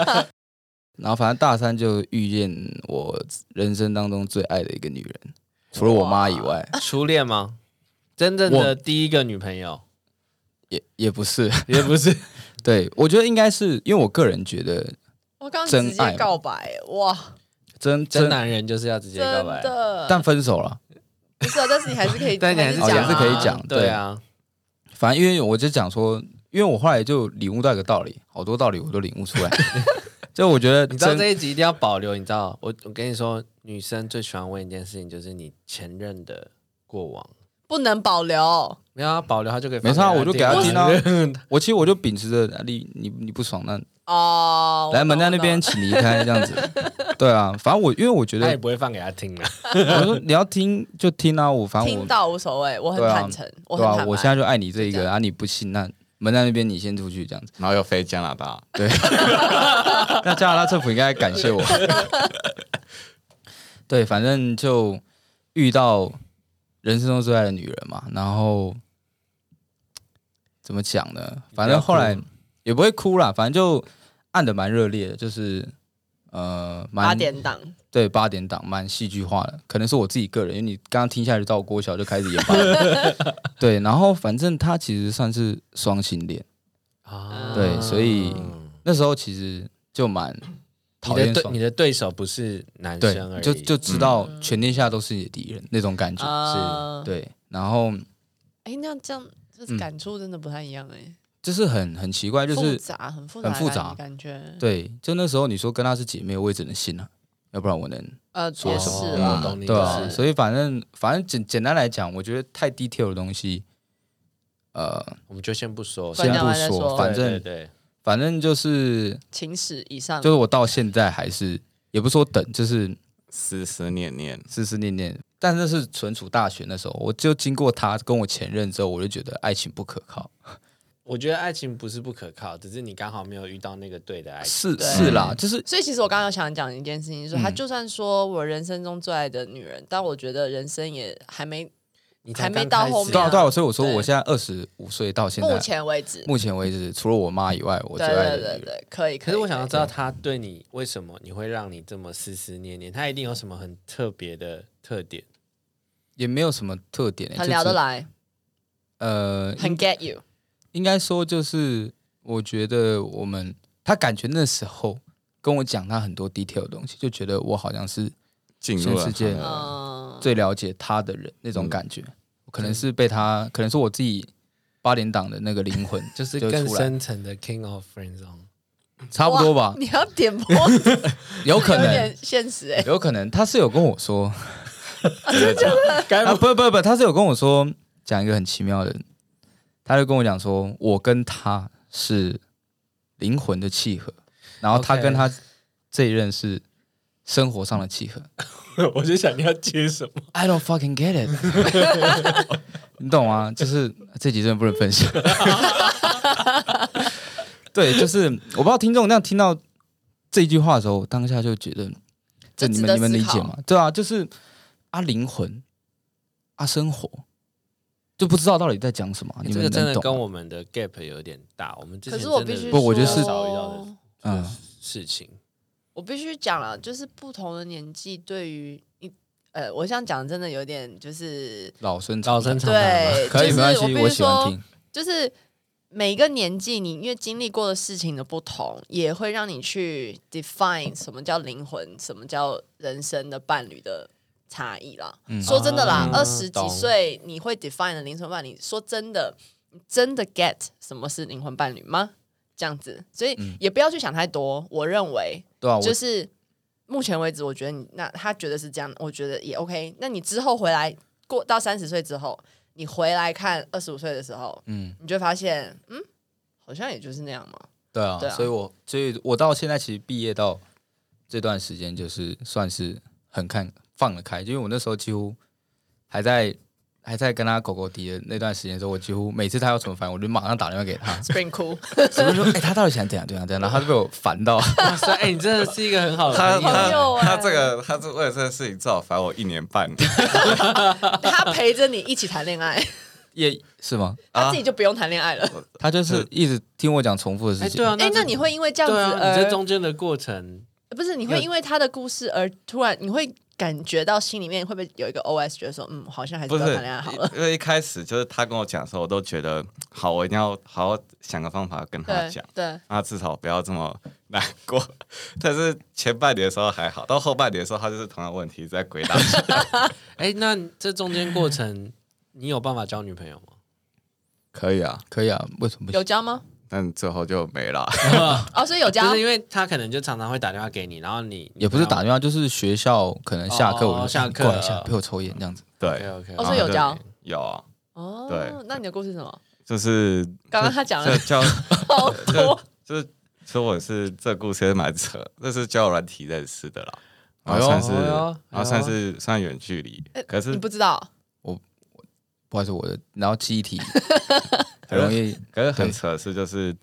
[SPEAKER 3] 然后反正大三就遇见我人生当中最爱的一个女人，除了我妈以外，
[SPEAKER 2] 初恋吗？真正的第一个女朋友
[SPEAKER 3] 也也不是。
[SPEAKER 2] 也不是，
[SPEAKER 3] 对，我觉得应该是因为我个人觉得
[SPEAKER 5] 我刚刚
[SPEAKER 3] 真
[SPEAKER 5] 直
[SPEAKER 3] 爱
[SPEAKER 5] 接告白，哇，
[SPEAKER 3] 真
[SPEAKER 2] 真啊男人就是要直接
[SPEAKER 5] 真
[SPEAKER 2] 告白，
[SPEAKER 5] 的，
[SPEAKER 3] 但分手了。
[SPEAKER 5] 不是啊，但是你还是可以，
[SPEAKER 2] 但你还
[SPEAKER 5] 是
[SPEAKER 2] 是
[SPEAKER 3] 哦
[SPEAKER 5] 讲啊
[SPEAKER 3] 还是可以讲
[SPEAKER 2] 对啊，
[SPEAKER 3] 反正因为我就讲说，因为我后来就领悟到一个道理，好多道理我都领悟出来。就我觉得
[SPEAKER 2] 你知道
[SPEAKER 3] 真
[SPEAKER 2] 这一集一定要保留，你知道我我跟你说，女生最喜欢问一件事情，就是你前任的过往，
[SPEAKER 5] 不能保留，
[SPEAKER 2] 没有啊，保留她就可以
[SPEAKER 3] 没
[SPEAKER 2] 放
[SPEAKER 3] 差，
[SPEAKER 2] 她
[SPEAKER 3] 我就给他听
[SPEAKER 2] 电话
[SPEAKER 3] 啊
[SPEAKER 2] 里。
[SPEAKER 3] 我其实我就秉持着啊你你你不爽，那
[SPEAKER 5] 哦，我
[SPEAKER 3] 来门
[SPEAKER 5] 懂
[SPEAKER 3] 在那边，，请离开这样子。 对啊，反正我因为我觉
[SPEAKER 2] 面，她也
[SPEAKER 3] 得，
[SPEAKER 2] 不会放给他听 的。
[SPEAKER 3] 我说你要听就听啊，我
[SPEAKER 5] 我
[SPEAKER 3] 反
[SPEAKER 5] 懂
[SPEAKER 3] 正我
[SPEAKER 5] 听到无所谓，我很
[SPEAKER 3] 对啊
[SPEAKER 5] 坦诚，我
[SPEAKER 3] 对
[SPEAKER 5] 很
[SPEAKER 3] 啊，
[SPEAKER 5] 坦白
[SPEAKER 3] 我现在就爱你这一
[SPEAKER 5] 就这
[SPEAKER 3] 个
[SPEAKER 5] 样
[SPEAKER 3] 啊，你不信那门在那边，你先出去这样子。
[SPEAKER 4] 然后又飞加拿大，
[SPEAKER 3] 对，那加拿大政府应该感谢 我。对，反正就遇到人生中最爱的女人嘛，然后怎么讲呢？反正后来也不会哭啦，反正就按的蛮热烈的，就是呃，蛮
[SPEAKER 5] 八点档，
[SPEAKER 3] 对八点档蛮戏剧化的，可能是我自己个人，因为你刚刚听下来就到郭晓就开始演八点档， 对，然后反正他其实算是双性恋，
[SPEAKER 2] 啊
[SPEAKER 3] 对所以那时候其实就蛮
[SPEAKER 2] 你
[SPEAKER 3] 讨
[SPEAKER 2] 的
[SPEAKER 3] 厌
[SPEAKER 2] 对
[SPEAKER 3] 双
[SPEAKER 2] 你的对手不是男
[SPEAKER 3] 对
[SPEAKER 2] 生而，已，
[SPEAKER 3] 就就知道
[SPEAKER 5] 嗯
[SPEAKER 3] 全天下都是你的敌人那种感觉，
[SPEAKER 5] 啊，，
[SPEAKER 3] 对，然后
[SPEAKER 5] 哎，那这样就是感触真的不太一样哎，
[SPEAKER 3] 就是很很奇怪，就
[SPEAKER 5] 复
[SPEAKER 3] 是
[SPEAKER 5] 杂，很复杂，
[SPEAKER 3] 很复杂
[SPEAKER 5] 感觉，
[SPEAKER 3] 对，就那时候你说跟她是姐妹，我也只能信了、要不然我能
[SPEAKER 5] 呃，
[SPEAKER 3] 说
[SPEAKER 5] 也
[SPEAKER 3] 什么
[SPEAKER 2] 哦我
[SPEAKER 3] 嗯
[SPEAKER 5] 是啦，
[SPEAKER 2] 懂你
[SPEAKER 3] 对
[SPEAKER 2] 意
[SPEAKER 3] 啊，
[SPEAKER 2] 思
[SPEAKER 3] 所以反正反正简简单来讲，我觉得太 detail 的东西，呃，
[SPEAKER 2] 我们就先不说，
[SPEAKER 5] 关
[SPEAKER 3] 先
[SPEAKER 5] 掉
[SPEAKER 3] 不
[SPEAKER 5] 完再说
[SPEAKER 3] 反
[SPEAKER 2] 对
[SPEAKER 3] 正
[SPEAKER 2] 对
[SPEAKER 3] 反正就是
[SPEAKER 5] 情史以上，
[SPEAKER 3] 就是我到现在还是也不是说等，就是
[SPEAKER 4] 思思念念，
[SPEAKER 3] 思思念念，但那是纯属大学那时候，我就经过她跟我前任之后，我就觉得爱情不可靠。
[SPEAKER 2] 我觉得爱情不是不可靠，只是你刚好没有遇到那个对的爱情。
[SPEAKER 3] 是是啦，就是
[SPEAKER 5] 所以其实我刚刚想讲一件事情，就是
[SPEAKER 3] 嗯
[SPEAKER 5] 他就算说我人生中最爱的女人，但我觉得人生也还没
[SPEAKER 2] 你才
[SPEAKER 5] 还没
[SPEAKER 2] 刚
[SPEAKER 5] 到
[SPEAKER 2] 开
[SPEAKER 5] 后
[SPEAKER 2] 始
[SPEAKER 5] 面
[SPEAKER 3] 对啊
[SPEAKER 5] 啊
[SPEAKER 3] 对啊，所以我说
[SPEAKER 5] 对
[SPEAKER 3] 我现在二十五岁到现在，
[SPEAKER 5] 目前为止，
[SPEAKER 3] 目前为止除了我妈以外，我最
[SPEAKER 5] 对
[SPEAKER 3] 爱的
[SPEAKER 5] 对
[SPEAKER 3] 女人
[SPEAKER 5] 对对，可以。
[SPEAKER 2] 可是我想要知道
[SPEAKER 5] 可以，
[SPEAKER 2] 他对你为什么你会让你这么思思念念，他一定有什么很特别的特点。
[SPEAKER 3] 也没有什么特点、欸，
[SPEAKER 5] 很聊
[SPEAKER 3] 就
[SPEAKER 5] 得
[SPEAKER 3] 是。
[SPEAKER 5] 来，
[SPEAKER 3] 呃，
[SPEAKER 5] 很
[SPEAKER 3] 应
[SPEAKER 5] get you，
[SPEAKER 3] 应该说就是，我觉得我们他感觉那时候跟我讲他很多 detail 的东西，就觉得我好像是
[SPEAKER 4] 进入了
[SPEAKER 3] 全世界
[SPEAKER 4] 他的
[SPEAKER 5] 嗯，
[SPEAKER 3] 最了解他的人那种
[SPEAKER 4] 嗯
[SPEAKER 3] 感觉。可能是被他，可能是我自己八点档的那个灵魂，
[SPEAKER 2] 就是
[SPEAKER 3] 就
[SPEAKER 2] 更
[SPEAKER 3] 出来
[SPEAKER 2] 深层的 King of Friend Zone。
[SPEAKER 3] 差不多吧
[SPEAKER 5] 哇，你要点播，有
[SPEAKER 3] 有 可能，
[SPEAKER 5] 点现实哎，
[SPEAKER 3] 有可能，他是有跟我说，
[SPEAKER 4] 真的假的
[SPEAKER 3] 啊，不不不，他是有跟我说讲一个很奇妙的，他就跟我讲说，我跟他是灵魂的契合，然后他
[SPEAKER 2] OK
[SPEAKER 3] 跟他这一任是生活上的契合。
[SPEAKER 2] 我就想你要接什么？
[SPEAKER 3] I don't fucking get it。 你懂吗？就是这集真的不能分享。 对，就是我不知道听众那样听到这句话的时候，我当下就觉得，这
[SPEAKER 5] 这
[SPEAKER 3] 你
[SPEAKER 5] 值
[SPEAKER 3] 们
[SPEAKER 5] 得
[SPEAKER 3] 你们
[SPEAKER 5] 思
[SPEAKER 3] 理
[SPEAKER 5] 考
[SPEAKER 3] 解吗？对啊，就是啊灵魂啊生活，就不知道到底在讲什么啊。你
[SPEAKER 2] 这
[SPEAKER 3] 们
[SPEAKER 2] 个真的
[SPEAKER 3] 能懂
[SPEAKER 2] 跟
[SPEAKER 3] 吗
[SPEAKER 2] 我们的 gap 有点大，我们之
[SPEAKER 5] 可
[SPEAKER 2] 前
[SPEAKER 5] 是我
[SPEAKER 2] 真的
[SPEAKER 5] 必须
[SPEAKER 3] 不我觉得是
[SPEAKER 2] 很少遇到的
[SPEAKER 3] 嗯
[SPEAKER 2] 事情。
[SPEAKER 5] 我必须讲了，就是不同的年纪对于你，呃，我想讲真的有点就是
[SPEAKER 3] 老生
[SPEAKER 2] 老生
[SPEAKER 3] 常谈
[SPEAKER 2] 常谈嘛，
[SPEAKER 5] 对，
[SPEAKER 3] 可以
[SPEAKER 5] 就
[SPEAKER 3] 没
[SPEAKER 5] 是
[SPEAKER 3] 关
[SPEAKER 5] 我
[SPEAKER 3] 系，
[SPEAKER 5] 必
[SPEAKER 3] 我
[SPEAKER 5] 须
[SPEAKER 3] 喜欢
[SPEAKER 5] 说，
[SPEAKER 3] 听。
[SPEAKER 5] 就是每一个年纪，你因为经历过的事情的不同，也会让你去 define 什么叫灵魂，什么叫人生的伴侣的差异啦。
[SPEAKER 3] 嗯
[SPEAKER 5] 说真的
[SPEAKER 2] 啊
[SPEAKER 5] 啦，二十、几岁你会 define 的灵魂伴侣，说真的，你真的 get 什么是灵魂伴侣吗？这样子，所以也不要去想太多。我认为
[SPEAKER 3] 对啊，我
[SPEAKER 5] 就是目前为止，我觉得你那他觉得是这样，我觉得也 OK。那你之后回来过到三十岁之后，你回来看二十五岁的时候，
[SPEAKER 3] 嗯
[SPEAKER 5] 你就会发现，嗯，好像也就是那样嘛。
[SPEAKER 3] 对啊
[SPEAKER 5] 对，啊
[SPEAKER 3] 所以我所以我到现在其实毕业到这段时间，就是算是很看放得开，因为我那时候几乎还在还在跟他狗狗敌的那段时间的时候，我几乎每次他有什么反应，我就马上打电话给他，
[SPEAKER 5] Spring Cool，
[SPEAKER 3] 我就说哎、他到底想怎样怎样怎样，然后他就被我烦 到，
[SPEAKER 2] 哇塞，哎，你真的是一个很好的
[SPEAKER 4] 他
[SPEAKER 2] 朋友
[SPEAKER 5] 朋友
[SPEAKER 4] 他
[SPEAKER 5] 哎
[SPEAKER 4] 他这个他这为了这个事情至少烦我一年半
[SPEAKER 5] 他陪着你一起谈恋 爱，
[SPEAKER 3] 也是吗？
[SPEAKER 5] 他
[SPEAKER 4] 啊
[SPEAKER 5] 自己就不用谈恋爱了。
[SPEAKER 3] 他就是一直听我讲重复的
[SPEAKER 2] 哎，
[SPEAKER 3] 事情，
[SPEAKER 2] 对啊，
[SPEAKER 5] 哎、那
[SPEAKER 2] 这
[SPEAKER 5] 你会因为这样子呃
[SPEAKER 2] 对啊，你在
[SPEAKER 5] 而、
[SPEAKER 2] 中间的过程，
[SPEAKER 5] 不是你会因为他的故事而突然你会感觉到心里面会不会有一个 OS 觉得说，嗯，好像还是
[SPEAKER 4] 不
[SPEAKER 5] 不
[SPEAKER 4] 是
[SPEAKER 5] 要谈恋爱好了。
[SPEAKER 4] 因为一开始就是他跟我讲的时候，我都觉得好，我一定要好好想个方法跟他
[SPEAKER 5] 对
[SPEAKER 4] 讲，
[SPEAKER 5] 对，
[SPEAKER 4] 让他至少不要这么难过。 但是前半年的时候还好，到后半年的时候，他就是同样的问题一直在鬼打墙。
[SPEAKER 2] 哎，那这中间过程，你有办法交女朋友吗？
[SPEAKER 3] 可以啊，可以啊，为什么不
[SPEAKER 5] 有
[SPEAKER 3] 行？
[SPEAKER 5] 交吗？
[SPEAKER 4] 但最后就没了。
[SPEAKER 5] 哦，所以有交
[SPEAKER 2] 就。是因为他可能就常常会打电话给你，然后你
[SPEAKER 3] 也不是打电话，就是学校可能下课，
[SPEAKER 2] 哦
[SPEAKER 3] 我就说
[SPEAKER 2] 下课
[SPEAKER 3] 过来一下陪我抽烟这样子。
[SPEAKER 4] 对，
[SPEAKER 2] ，OK
[SPEAKER 5] 哦
[SPEAKER 2] OK，
[SPEAKER 5] 所以有交
[SPEAKER 4] 然后就有啊，
[SPEAKER 5] 哦，
[SPEAKER 4] 对
[SPEAKER 5] 那你的故事是什么？
[SPEAKER 4] 就是
[SPEAKER 5] 刚刚他讲
[SPEAKER 4] 就
[SPEAKER 5] 了
[SPEAKER 4] 交
[SPEAKER 5] 好
[SPEAKER 4] 就
[SPEAKER 5] 多，
[SPEAKER 4] 就是说我是这故事也是蛮扯，那是交友软体认识的啦，
[SPEAKER 3] 哎
[SPEAKER 4] 然
[SPEAKER 3] 呦
[SPEAKER 4] 后算是、
[SPEAKER 2] 哎呦
[SPEAKER 4] 然后算是算远距离，可是
[SPEAKER 5] 哎 你不知道，
[SPEAKER 3] 不好意思，我的然后记忆 体很容易
[SPEAKER 4] 可是很
[SPEAKER 3] 对
[SPEAKER 4] 扯的是，就是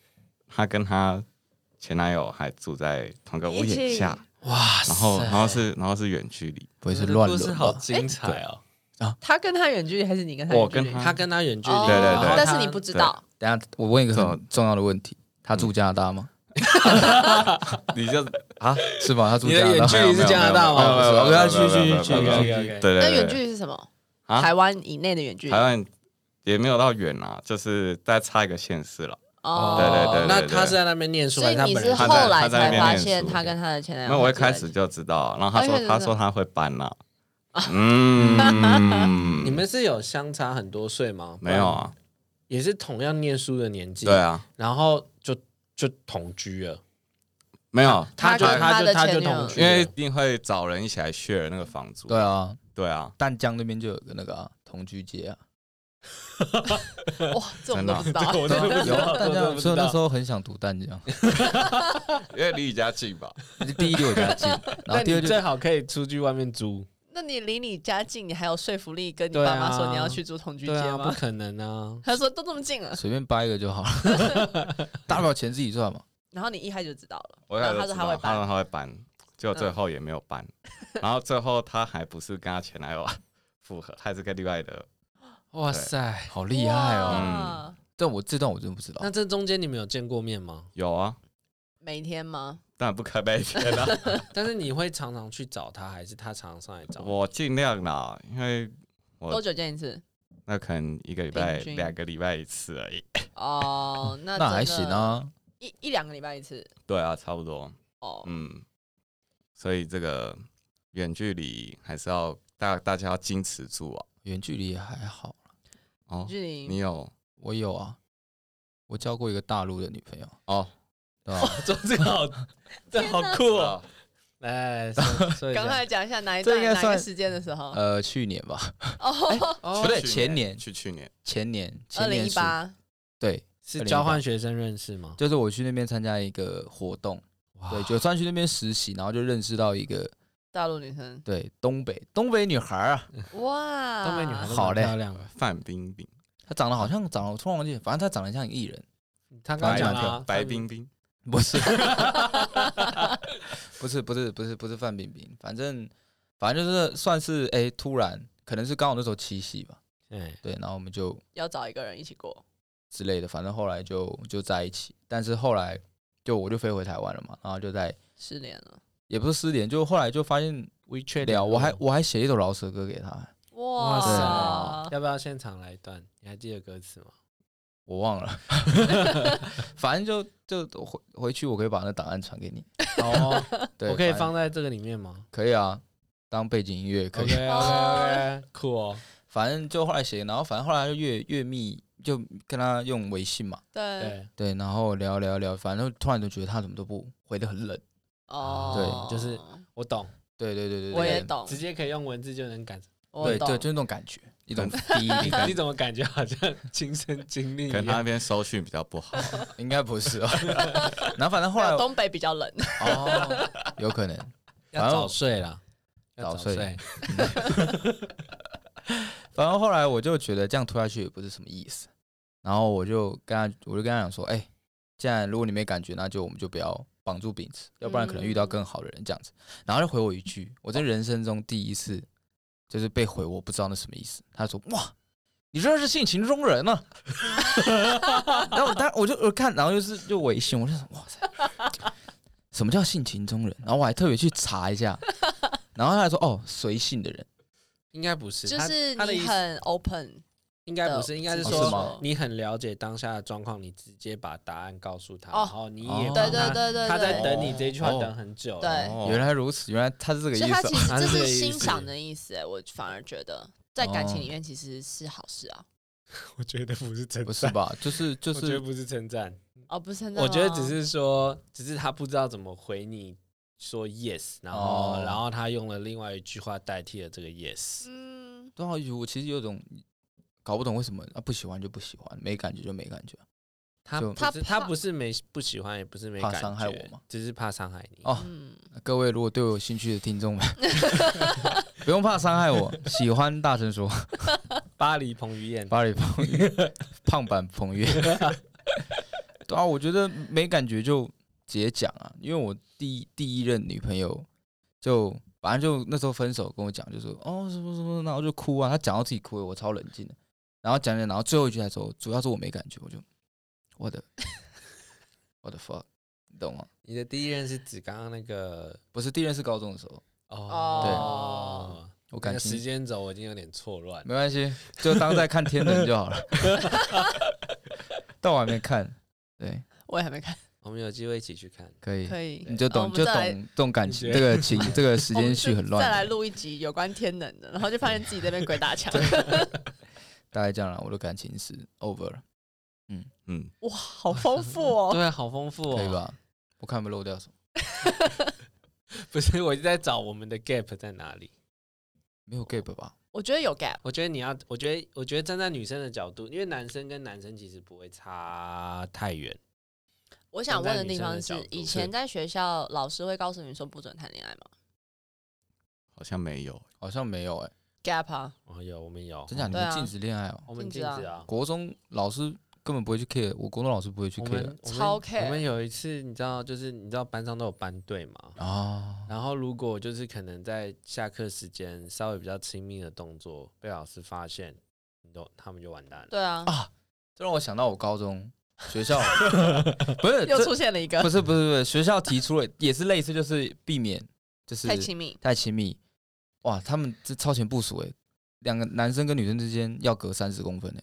[SPEAKER 4] 她跟她前男友还住在同个屋檐下，
[SPEAKER 2] 哇塞，
[SPEAKER 4] 然后然后是然后是远距离，
[SPEAKER 3] 不会是
[SPEAKER 2] 你的
[SPEAKER 3] 乱
[SPEAKER 2] 故事
[SPEAKER 3] 伦
[SPEAKER 2] 好
[SPEAKER 3] 吧？
[SPEAKER 2] 精彩哦。
[SPEAKER 5] 他跟他远距离还是你跟他远距离？
[SPEAKER 4] 我跟他
[SPEAKER 2] 他跟他远距离，
[SPEAKER 5] 哦
[SPEAKER 4] 对对对
[SPEAKER 2] 然后他
[SPEAKER 5] 但是你不知道，
[SPEAKER 3] 等一下我问一个
[SPEAKER 2] 啊
[SPEAKER 3] 很重要的问题，他
[SPEAKER 2] 嗯
[SPEAKER 3] 住加拿 大吗？
[SPEAKER 4] 你就啊，
[SPEAKER 3] 是吧？他住
[SPEAKER 2] 你
[SPEAKER 3] 加
[SPEAKER 2] 的
[SPEAKER 3] 拿
[SPEAKER 2] 远
[SPEAKER 3] 大
[SPEAKER 2] 距离是加拿大吗？
[SPEAKER 4] 没有没有没有没有没有
[SPEAKER 3] 我要去
[SPEAKER 4] 没有没有
[SPEAKER 3] 去去
[SPEAKER 4] 没有没有
[SPEAKER 3] 去
[SPEAKER 4] 没有
[SPEAKER 2] 去
[SPEAKER 4] 对对
[SPEAKER 5] 那
[SPEAKER 4] 对，
[SPEAKER 5] 远距离是什么？
[SPEAKER 4] 啊
[SPEAKER 5] 台湾以内的远距离。
[SPEAKER 4] 台湾也没有到远啊，就是再差一个县市了。
[SPEAKER 5] 哦，
[SPEAKER 4] 对对对对
[SPEAKER 2] 那他是在那边念书，
[SPEAKER 5] 所以
[SPEAKER 2] 还
[SPEAKER 5] 你
[SPEAKER 2] 是
[SPEAKER 5] 是
[SPEAKER 2] 他
[SPEAKER 4] 他
[SPEAKER 2] 本人
[SPEAKER 5] 后来
[SPEAKER 4] 他在那
[SPEAKER 5] 才
[SPEAKER 4] 边
[SPEAKER 5] 发
[SPEAKER 4] 念
[SPEAKER 5] 现
[SPEAKER 4] 书
[SPEAKER 5] 他跟他的前男友？
[SPEAKER 4] 那我一开始就知道，然后他
[SPEAKER 5] 哦一开始
[SPEAKER 4] 说
[SPEAKER 5] 就
[SPEAKER 4] 他
[SPEAKER 5] 知道
[SPEAKER 4] 说
[SPEAKER 5] 哦
[SPEAKER 4] 他会搬了，嗯，
[SPEAKER 2] 你们是有相差很多岁吗？
[SPEAKER 4] 没有，啊？
[SPEAKER 2] 也是同样念书的年纪，
[SPEAKER 4] 对，啊，
[SPEAKER 2] 然后就就同居了，
[SPEAKER 4] 没有，
[SPEAKER 5] 他
[SPEAKER 2] 就
[SPEAKER 5] 跟
[SPEAKER 2] 他
[SPEAKER 5] 他
[SPEAKER 2] 就
[SPEAKER 5] 的
[SPEAKER 2] 他
[SPEAKER 5] 前
[SPEAKER 2] 就
[SPEAKER 5] 女友
[SPEAKER 2] 同居
[SPEAKER 4] 因
[SPEAKER 2] 了，
[SPEAKER 4] 为一定会找人一起来 share 那个房 租。
[SPEAKER 3] 对啊，
[SPEAKER 4] 对啊，
[SPEAKER 3] 淡江那边就有个那个啊同居街啊，
[SPEAKER 5] 哇，这我们都不知道。
[SPEAKER 2] 我都不知
[SPEAKER 3] 有
[SPEAKER 2] 道
[SPEAKER 3] 啊，淡
[SPEAKER 2] 我都
[SPEAKER 3] 江，
[SPEAKER 2] 不
[SPEAKER 3] 所以
[SPEAKER 2] 知
[SPEAKER 3] 那时
[SPEAKER 2] 道。
[SPEAKER 3] 候很想读淡江。
[SPEAKER 4] 因为离你家近 吧。
[SPEAKER 3] 第一离我 家近，然
[SPEAKER 2] 那
[SPEAKER 3] 后第
[SPEAKER 2] 你
[SPEAKER 3] 二就
[SPEAKER 2] 最好可以出去外面租，
[SPEAKER 5] 那你离你家近，你还有说服力跟你
[SPEAKER 2] 对啊
[SPEAKER 5] 爸妈说你要去住同居
[SPEAKER 2] 对
[SPEAKER 5] 街
[SPEAKER 2] 啊，不
[SPEAKER 5] 吗？
[SPEAKER 2] 可能啊！
[SPEAKER 5] 他说都这么近了，
[SPEAKER 3] 随便掰一个就好了， 大不了钱自己赚嘛。
[SPEAKER 5] 然后你一开始就知道了。
[SPEAKER 4] 我
[SPEAKER 5] 然
[SPEAKER 4] 想
[SPEAKER 5] 后他说他会搬嗯
[SPEAKER 4] 他说他会搬，结果最后也没有搬。 然后最后他还不是跟他前男友复合，他还是跟另外的。
[SPEAKER 2] 哇塞，
[SPEAKER 3] 好厉害哦！
[SPEAKER 5] 哇！
[SPEAKER 3] 但我这段我真的不知道
[SPEAKER 2] 哦那，这中间你们有见过面吗？
[SPEAKER 4] 有啊，
[SPEAKER 5] 每天吗？
[SPEAKER 4] 但不可每天啊，
[SPEAKER 2] 但是你会常常去找他，还是他常常上来找你？
[SPEAKER 4] 我尽量啦，因为我
[SPEAKER 5] 多久见一次？
[SPEAKER 4] 那可能一个礼拜、
[SPEAKER 5] 平均
[SPEAKER 4] 两个礼拜一次而已。
[SPEAKER 5] 哦，那
[SPEAKER 3] 那还
[SPEAKER 5] 真的
[SPEAKER 3] 行，啊。
[SPEAKER 5] 一一两个礼拜一次。
[SPEAKER 4] 对啊，差不多。
[SPEAKER 5] 哦，
[SPEAKER 4] 嗯，所以这个远距离还是要大大家要矜持住啊。
[SPEAKER 3] 远距离还好，
[SPEAKER 4] 哦，
[SPEAKER 5] 距离
[SPEAKER 4] 你有
[SPEAKER 3] 我有啊，我交过一个大陆的女朋友，
[SPEAKER 4] 哦，
[SPEAKER 3] 对啊吧？
[SPEAKER 2] 做这个好，这好酷哦！ 哎，说说一下
[SPEAKER 5] 赶快讲一下哪一
[SPEAKER 3] 这
[SPEAKER 5] 段
[SPEAKER 3] 应该
[SPEAKER 5] 哪一个
[SPEAKER 3] 算
[SPEAKER 5] 时间的时候？
[SPEAKER 3] 呃，去年吧，
[SPEAKER 5] 哦，
[SPEAKER 2] 哦
[SPEAKER 3] 不对，
[SPEAKER 4] 去
[SPEAKER 3] 前年，
[SPEAKER 4] 去去年
[SPEAKER 3] 前年，
[SPEAKER 5] 二
[SPEAKER 3] 前
[SPEAKER 5] 零
[SPEAKER 3] 年
[SPEAKER 5] 一
[SPEAKER 3] 暑，
[SPEAKER 5] 八，
[SPEAKER 3] 对，
[SPEAKER 2] 是交换学生认识吗？
[SPEAKER 3] 就是我去那边参加一个活动，
[SPEAKER 2] 哇
[SPEAKER 3] 对，就算去那边实习，然后就认识到一个
[SPEAKER 5] 大陆女 生，
[SPEAKER 3] 对，东北东北女孩儿啊，
[SPEAKER 5] 哇，
[SPEAKER 2] 东北女孩都
[SPEAKER 3] 好
[SPEAKER 2] 蛮
[SPEAKER 3] 嘞
[SPEAKER 2] 漂亮的。
[SPEAKER 4] 范冰冰、
[SPEAKER 3] 她长得好像长得，我突然忘记，反正她长得像艺人，
[SPEAKER 2] 他刚刚讲
[SPEAKER 3] 白
[SPEAKER 2] 了啊
[SPEAKER 4] 白冰冰，
[SPEAKER 3] 不是， 不是，不是，不是，不是范冰冰，反正反正就是算是哎、突然可能是刚好那时候七夕吧，
[SPEAKER 2] 哎，
[SPEAKER 3] 对，然后我们就
[SPEAKER 5] 要找一个人一起过，
[SPEAKER 3] 之类的，反正后来就就在一起，但是后来就我就飞回台湾了嘛，然后就在
[SPEAKER 5] 失恋了，
[SPEAKER 3] 也不是失联，就后来就发现
[SPEAKER 2] WeChat
[SPEAKER 3] 聊，啊我还
[SPEAKER 2] 联络
[SPEAKER 3] 我还写一首饶舌歌给他，
[SPEAKER 2] 哇
[SPEAKER 5] 哇
[SPEAKER 2] 塞，，要不要现场来一段？你还记得歌词吗？
[SPEAKER 3] 我忘了，反正就就回回去我可以把那档案传给你，
[SPEAKER 2] 哦，
[SPEAKER 3] 对，
[SPEAKER 2] 我可以
[SPEAKER 3] 反正
[SPEAKER 2] 放在这个里面吗
[SPEAKER 3] 可以啊，当背景音乐可以。
[SPEAKER 2] ？OK OK OK，酷哦。
[SPEAKER 3] 反正就后来写，然后反正后来就越越密，就跟他用微信嘛，
[SPEAKER 5] 对，
[SPEAKER 2] 对，
[SPEAKER 3] 对，然后聊聊聊，反正突然就觉得他怎么都不回的很冷，
[SPEAKER 5] 哦，
[SPEAKER 2] 对就是我懂，
[SPEAKER 3] 对对对对，对
[SPEAKER 5] 我也，懂
[SPEAKER 2] 直，接可以用文字就能感。
[SPEAKER 5] 我
[SPEAKER 3] 对
[SPEAKER 5] 懂，
[SPEAKER 3] 对，就是那种感觉，一 种 feel，
[SPEAKER 2] 你怎么感觉好像亲身经历一
[SPEAKER 4] 可能他那
[SPEAKER 2] 样？
[SPEAKER 4] 边收讯比较不好，
[SPEAKER 3] 应该不是哦。 然后反正后来
[SPEAKER 5] 没有东北比较冷，
[SPEAKER 3] 哦，有可能，
[SPEAKER 2] 要早睡啦，要
[SPEAKER 3] 早睡
[SPEAKER 2] 睡。
[SPEAKER 3] 反正后来我就觉得这样拖下去也不是什么意思，然后我就跟他，我就跟他讲说，哎、既然如果你没感觉，那就我们就不要绑住彼此，要不然可能遇到更好的人这样子。然后他就回我一句，我在人生中第一次就是被回，我不知道那什么意思。他说，哇。你真的是性情中人呢、啊， 然后我当我就我看，然后就是就微信，我就想，哇塞，什么叫性情中人？然后我还特别去查一下，然后他还说，哦，随性的人，
[SPEAKER 2] 应该不是，
[SPEAKER 5] 就
[SPEAKER 2] 他
[SPEAKER 5] 是
[SPEAKER 2] 他的
[SPEAKER 5] 你
[SPEAKER 2] 意思
[SPEAKER 5] 很 open，
[SPEAKER 2] 应该不是，应该是
[SPEAKER 5] 的
[SPEAKER 3] 哦是
[SPEAKER 2] 说
[SPEAKER 3] 吗
[SPEAKER 2] 你很了解当下的状况，你直接把答案告诉他，
[SPEAKER 5] 哦
[SPEAKER 2] 然后你也
[SPEAKER 3] 哦
[SPEAKER 5] 对
[SPEAKER 2] 帮
[SPEAKER 5] 对
[SPEAKER 2] 他
[SPEAKER 5] 对对，
[SPEAKER 2] 他在
[SPEAKER 5] 对
[SPEAKER 2] 等你这一句话
[SPEAKER 3] 哦
[SPEAKER 2] 等很久了，
[SPEAKER 5] 对
[SPEAKER 4] 哦
[SPEAKER 3] 原来如此，原来他是这个意
[SPEAKER 5] 所以他
[SPEAKER 3] 思
[SPEAKER 5] 其
[SPEAKER 3] 哦。
[SPEAKER 5] 实
[SPEAKER 2] 他
[SPEAKER 5] 这
[SPEAKER 2] 是这
[SPEAKER 5] 是
[SPEAKER 2] 个意
[SPEAKER 5] 欣
[SPEAKER 2] 思
[SPEAKER 5] 赏的意思，哎我反而觉得在感情里面其实是好事啊。
[SPEAKER 2] 我觉得不是称
[SPEAKER 3] 不是
[SPEAKER 2] 赞，
[SPEAKER 3] 吧？就是就
[SPEAKER 2] 我觉得
[SPEAKER 3] 是
[SPEAKER 2] 不是称赞，
[SPEAKER 5] 哦，不是真的吗，
[SPEAKER 2] 我觉得只是说，只是他不知道怎么回你说 yes，然后、
[SPEAKER 3] 哦
[SPEAKER 2] 然后他用了另外一句话代替了这个 yes，
[SPEAKER 5] 嗯，
[SPEAKER 3] 对啊，我其实有种搞不懂为什么啊，不喜欢就不喜欢，没感觉就没感觉
[SPEAKER 2] 他
[SPEAKER 3] 就
[SPEAKER 2] 不是
[SPEAKER 5] 他怕
[SPEAKER 2] 他不是没不喜欢，也不是没
[SPEAKER 3] 怕
[SPEAKER 2] 感觉
[SPEAKER 3] 伤害我吗？
[SPEAKER 2] 只是怕伤害你。
[SPEAKER 3] 哦。
[SPEAKER 5] 嗯，
[SPEAKER 3] 各位如果对我有兴趣的听 众们，不用怕伤害我，喜欢大声说，
[SPEAKER 2] 巴黎彭于晏，
[SPEAKER 3] 巴黎彭于胖版彭于晏。对啊，我觉得没感觉就直接讲啊，因为我第一第一任女朋友就反正就那时候分手跟我讲，就说哦什么什么，然后就哭啊，她讲到自己哭了，我超冷静的，然后讲讲，然后最后一句才说，主要是我没感觉，我就我的我的 fuck，你懂吗？
[SPEAKER 2] 你的第一任是指刚刚那个
[SPEAKER 3] 不是第一任是高中的时候，
[SPEAKER 5] 哦
[SPEAKER 2] 哦，
[SPEAKER 3] 我
[SPEAKER 2] 我
[SPEAKER 3] 感
[SPEAKER 2] 时
[SPEAKER 3] 情
[SPEAKER 2] 间轴我已经有点错乱了。
[SPEAKER 3] 没关系，就当在看天人就好了， 但我还没看，对，
[SPEAKER 5] 我也还没看，
[SPEAKER 2] 我们有机会一起去看。
[SPEAKER 3] 可以。
[SPEAKER 5] 可以，
[SPEAKER 3] 你就
[SPEAKER 5] 哦我
[SPEAKER 3] 懂，
[SPEAKER 5] 们
[SPEAKER 3] 就
[SPEAKER 5] 再来哦
[SPEAKER 3] 懂懂感情
[SPEAKER 2] 你
[SPEAKER 3] 这
[SPEAKER 2] 觉
[SPEAKER 3] 个情，这个时
[SPEAKER 5] 我们
[SPEAKER 3] 间
[SPEAKER 5] 就
[SPEAKER 3] 序很
[SPEAKER 5] 再来
[SPEAKER 3] 乱，
[SPEAKER 5] 录一集有关天能的，然后就发现自己在那边鬼打墙，
[SPEAKER 3] 大概这样了。我的感情是 over 了，
[SPEAKER 4] 嗯，
[SPEAKER 5] 哇，好丰富 哦，
[SPEAKER 2] 对，好丰富哦。
[SPEAKER 3] 可以？吧？我看有没有漏掉什么。
[SPEAKER 2] 不是，我就在找我们的 gap 在哪里。
[SPEAKER 3] 没有 gap 吧？
[SPEAKER 5] 我觉得有 gap，
[SPEAKER 2] 我觉得你要，我觉得，我觉得站在女生的角度，因为男生跟男生其实不会差太远。
[SPEAKER 5] 我想问的地方
[SPEAKER 2] 站在
[SPEAKER 5] 是
[SPEAKER 2] 女生的角，度
[SPEAKER 5] 以前在学校老师会告诉你说不准谈恋爱吗
[SPEAKER 4] 好像没有，
[SPEAKER 3] 好像没有哎、
[SPEAKER 5] ？gap 啊，
[SPEAKER 2] 哦，有我们有，
[SPEAKER 3] 真假？你
[SPEAKER 5] 对
[SPEAKER 3] 们
[SPEAKER 5] 啊
[SPEAKER 3] 禁止恋爱哦、
[SPEAKER 2] 我们禁
[SPEAKER 5] 禁
[SPEAKER 2] 止
[SPEAKER 5] 止啊
[SPEAKER 2] 啊。
[SPEAKER 3] 国中老师根本不会去 care，我国中老师不会去
[SPEAKER 2] 我
[SPEAKER 3] care
[SPEAKER 2] 们我们
[SPEAKER 5] 超 care
[SPEAKER 2] 我们有一次，你知道，就是你知道班上都有班队嘛，
[SPEAKER 3] 啊。
[SPEAKER 2] 然后如果就是可能在下课时间稍微比较亲密的动作被老师发现，你都他们就完蛋了。
[SPEAKER 5] 对啊，
[SPEAKER 3] 这让我想到我高中学 校，不是
[SPEAKER 5] 又
[SPEAKER 3] 这
[SPEAKER 5] 出现了一个
[SPEAKER 3] 不是不是不是学校提出了也是类似，就是避免就是
[SPEAKER 5] 太亲密，
[SPEAKER 3] 太亲密。哇，他们这超前部署哎、两个男生跟女生之间要隔三十公分哎、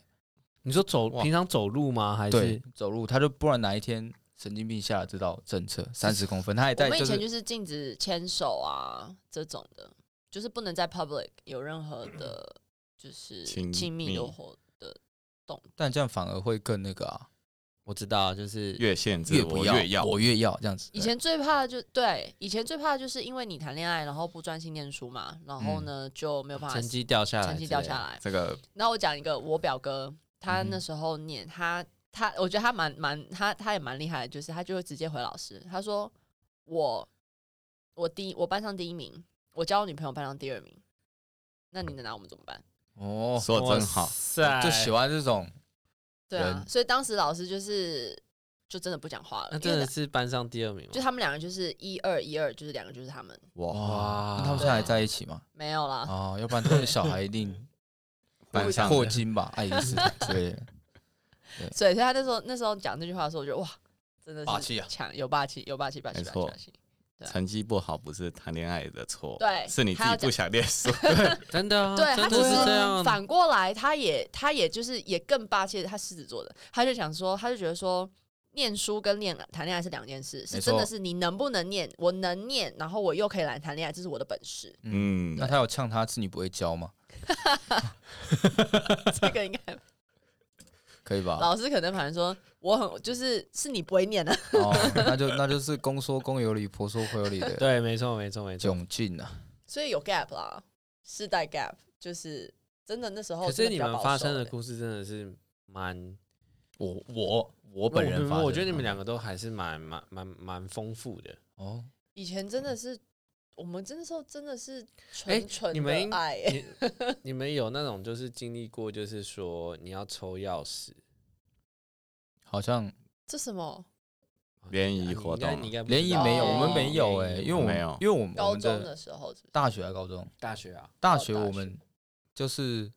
[SPEAKER 2] 你说走
[SPEAKER 3] 哇
[SPEAKER 2] 平常走路吗？还
[SPEAKER 3] 对
[SPEAKER 2] 是，
[SPEAKER 3] 走路他就不然哪一天神经病下了这道政策三十公分，他也
[SPEAKER 5] 我
[SPEAKER 3] 在
[SPEAKER 5] 们以
[SPEAKER 3] 就
[SPEAKER 5] 前
[SPEAKER 3] 是
[SPEAKER 5] 就是禁止牵手啊这种的，就是不能在 public 有任何的，就是
[SPEAKER 4] 亲
[SPEAKER 5] 亲密的
[SPEAKER 4] 密
[SPEAKER 5] 活的，
[SPEAKER 3] 但这样反而会更那个啊，
[SPEAKER 2] 我知道，就是
[SPEAKER 4] 越限制
[SPEAKER 3] 越
[SPEAKER 4] 我
[SPEAKER 3] 不
[SPEAKER 4] 越要，
[SPEAKER 3] 我越要这样子。
[SPEAKER 5] 以前最怕的就对，以前最怕的就是因为你谈恋爱，然后不专心念书嘛，然后呢、就没有办法
[SPEAKER 2] 成绩掉嗯下来，
[SPEAKER 5] 成绩掉下。来。
[SPEAKER 4] 这个
[SPEAKER 5] 然后我讲一个我表哥，他
[SPEAKER 3] 嗯哼
[SPEAKER 5] 那时候念他他，我觉得他蛮蛮他他也蛮厉害的，就是他就会直接回老师，他说我我第一我班上第一名，我教我女朋友班上第二名，那你能拿我们怎么办？
[SPEAKER 3] 哦，
[SPEAKER 4] 说的真好，
[SPEAKER 2] 塞，
[SPEAKER 3] 就喜欢这种
[SPEAKER 5] 对啊，
[SPEAKER 3] 人
[SPEAKER 5] 所以当时老师就是就真的不讲话
[SPEAKER 2] 那
[SPEAKER 5] 了，
[SPEAKER 2] 真
[SPEAKER 5] 因
[SPEAKER 2] 的
[SPEAKER 5] 为
[SPEAKER 2] 是班上第二名吗
[SPEAKER 5] 就？他们两个就是一二一二，就是两个就是他们
[SPEAKER 3] 哇。
[SPEAKER 2] 哇
[SPEAKER 3] 那他们现在还在一起吗？
[SPEAKER 5] 没有啦。
[SPEAKER 3] 哦，要不然他们小孩一定
[SPEAKER 4] 班上
[SPEAKER 3] 霍金吧，爱因 斯坦之类的。
[SPEAKER 5] 所以所以他那时候那时候讲这句话的时候，我觉得哇，真的是
[SPEAKER 3] 霸气啊
[SPEAKER 5] 强有霸气，有霸气，霸气，
[SPEAKER 4] 没
[SPEAKER 5] 霸气，
[SPEAKER 4] 错
[SPEAKER 5] 霸气。对啊
[SPEAKER 4] 成绩不好不是谈恋爱的错，
[SPEAKER 5] 对
[SPEAKER 4] 是你自己不想念书。
[SPEAKER 2] 真的啊，
[SPEAKER 5] 对他
[SPEAKER 2] 真
[SPEAKER 5] 只
[SPEAKER 2] 的是
[SPEAKER 5] 是
[SPEAKER 2] 这样。
[SPEAKER 5] 反过来，他也他也就是也更霸气的，他狮子座的，他就想说，他就觉得说。念书跟恋谈恋爱是两件事，是
[SPEAKER 3] 没错
[SPEAKER 5] 真的是你能不能念，我能念，然后我又可以来谈恋爱，这是我的 本事。
[SPEAKER 4] 嗯
[SPEAKER 3] 那，他有呛他是你不会教吗？
[SPEAKER 5] 这个应该
[SPEAKER 3] 可以吧？
[SPEAKER 5] 老师可能反正说我很就是是你不会念的、啊
[SPEAKER 3] 哦，那就那就是公说公有理，婆说婆有理的
[SPEAKER 2] 对，没错，没错，没错。
[SPEAKER 3] 窘境啊。
[SPEAKER 5] 所以有 gap 啦，世代 gap 就是真的那时候
[SPEAKER 2] 可
[SPEAKER 5] 真
[SPEAKER 2] 是
[SPEAKER 5] 的比
[SPEAKER 2] 你
[SPEAKER 5] 较
[SPEAKER 2] 们
[SPEAKER 5] 保守
[SPEAKER 2] 发生的
[SPEAKER 5] 欸
[SPEAKER 2] 故事真的是蛮，
[SPEAKER 3] 我我我本人发生，
[SPEAKER 2] 我觉得你们两个都还是蛮蛮蛮蛮丰富 的。
[SPEAKER 3] 哦，
[SPEAKER 5] 以前真的是我们真的时候真的是
[SPEAKER 2] 哎
[SPEAKER 5] 纯纯
[SPEAKER 2] 你们
[SPEAKER 5] 的
[SPEAKER 2] 应
[SPEAKER 5] 爱、欸，
[SPEAKER 2] 你你们有那种就是经历过，就是说你要抽钥匙
[SPEAKER 3] 好像
[SPEAKER 5] 这什么？
[SPEAKER 4] 联谊活动啊
[SPEAKER 2] 你应该你应该不知道
[SPEAKER 3] 联谊没有，
[SPEAKER 5] 哦
[SPEAKER 3] 我们没有哎，因为我们
[SPEAKER 4] 没有
[SPEAKER 3] 因为我们我
[SPEAKER 5] 高
[SPEAKER 3] 们
[SPEAKER 5] 中
[SPEAKER 3] 的
[SPEAKER 5] 的时候是不是
[SPEAKER 3] 大学还高中，
[SPEAKER 2] 大学啊，
[SPEAKER 4] 哦
[SPEAKER 3] 大学
[SPEAKER 5] 大学
[SPEAKER 3] 我们就是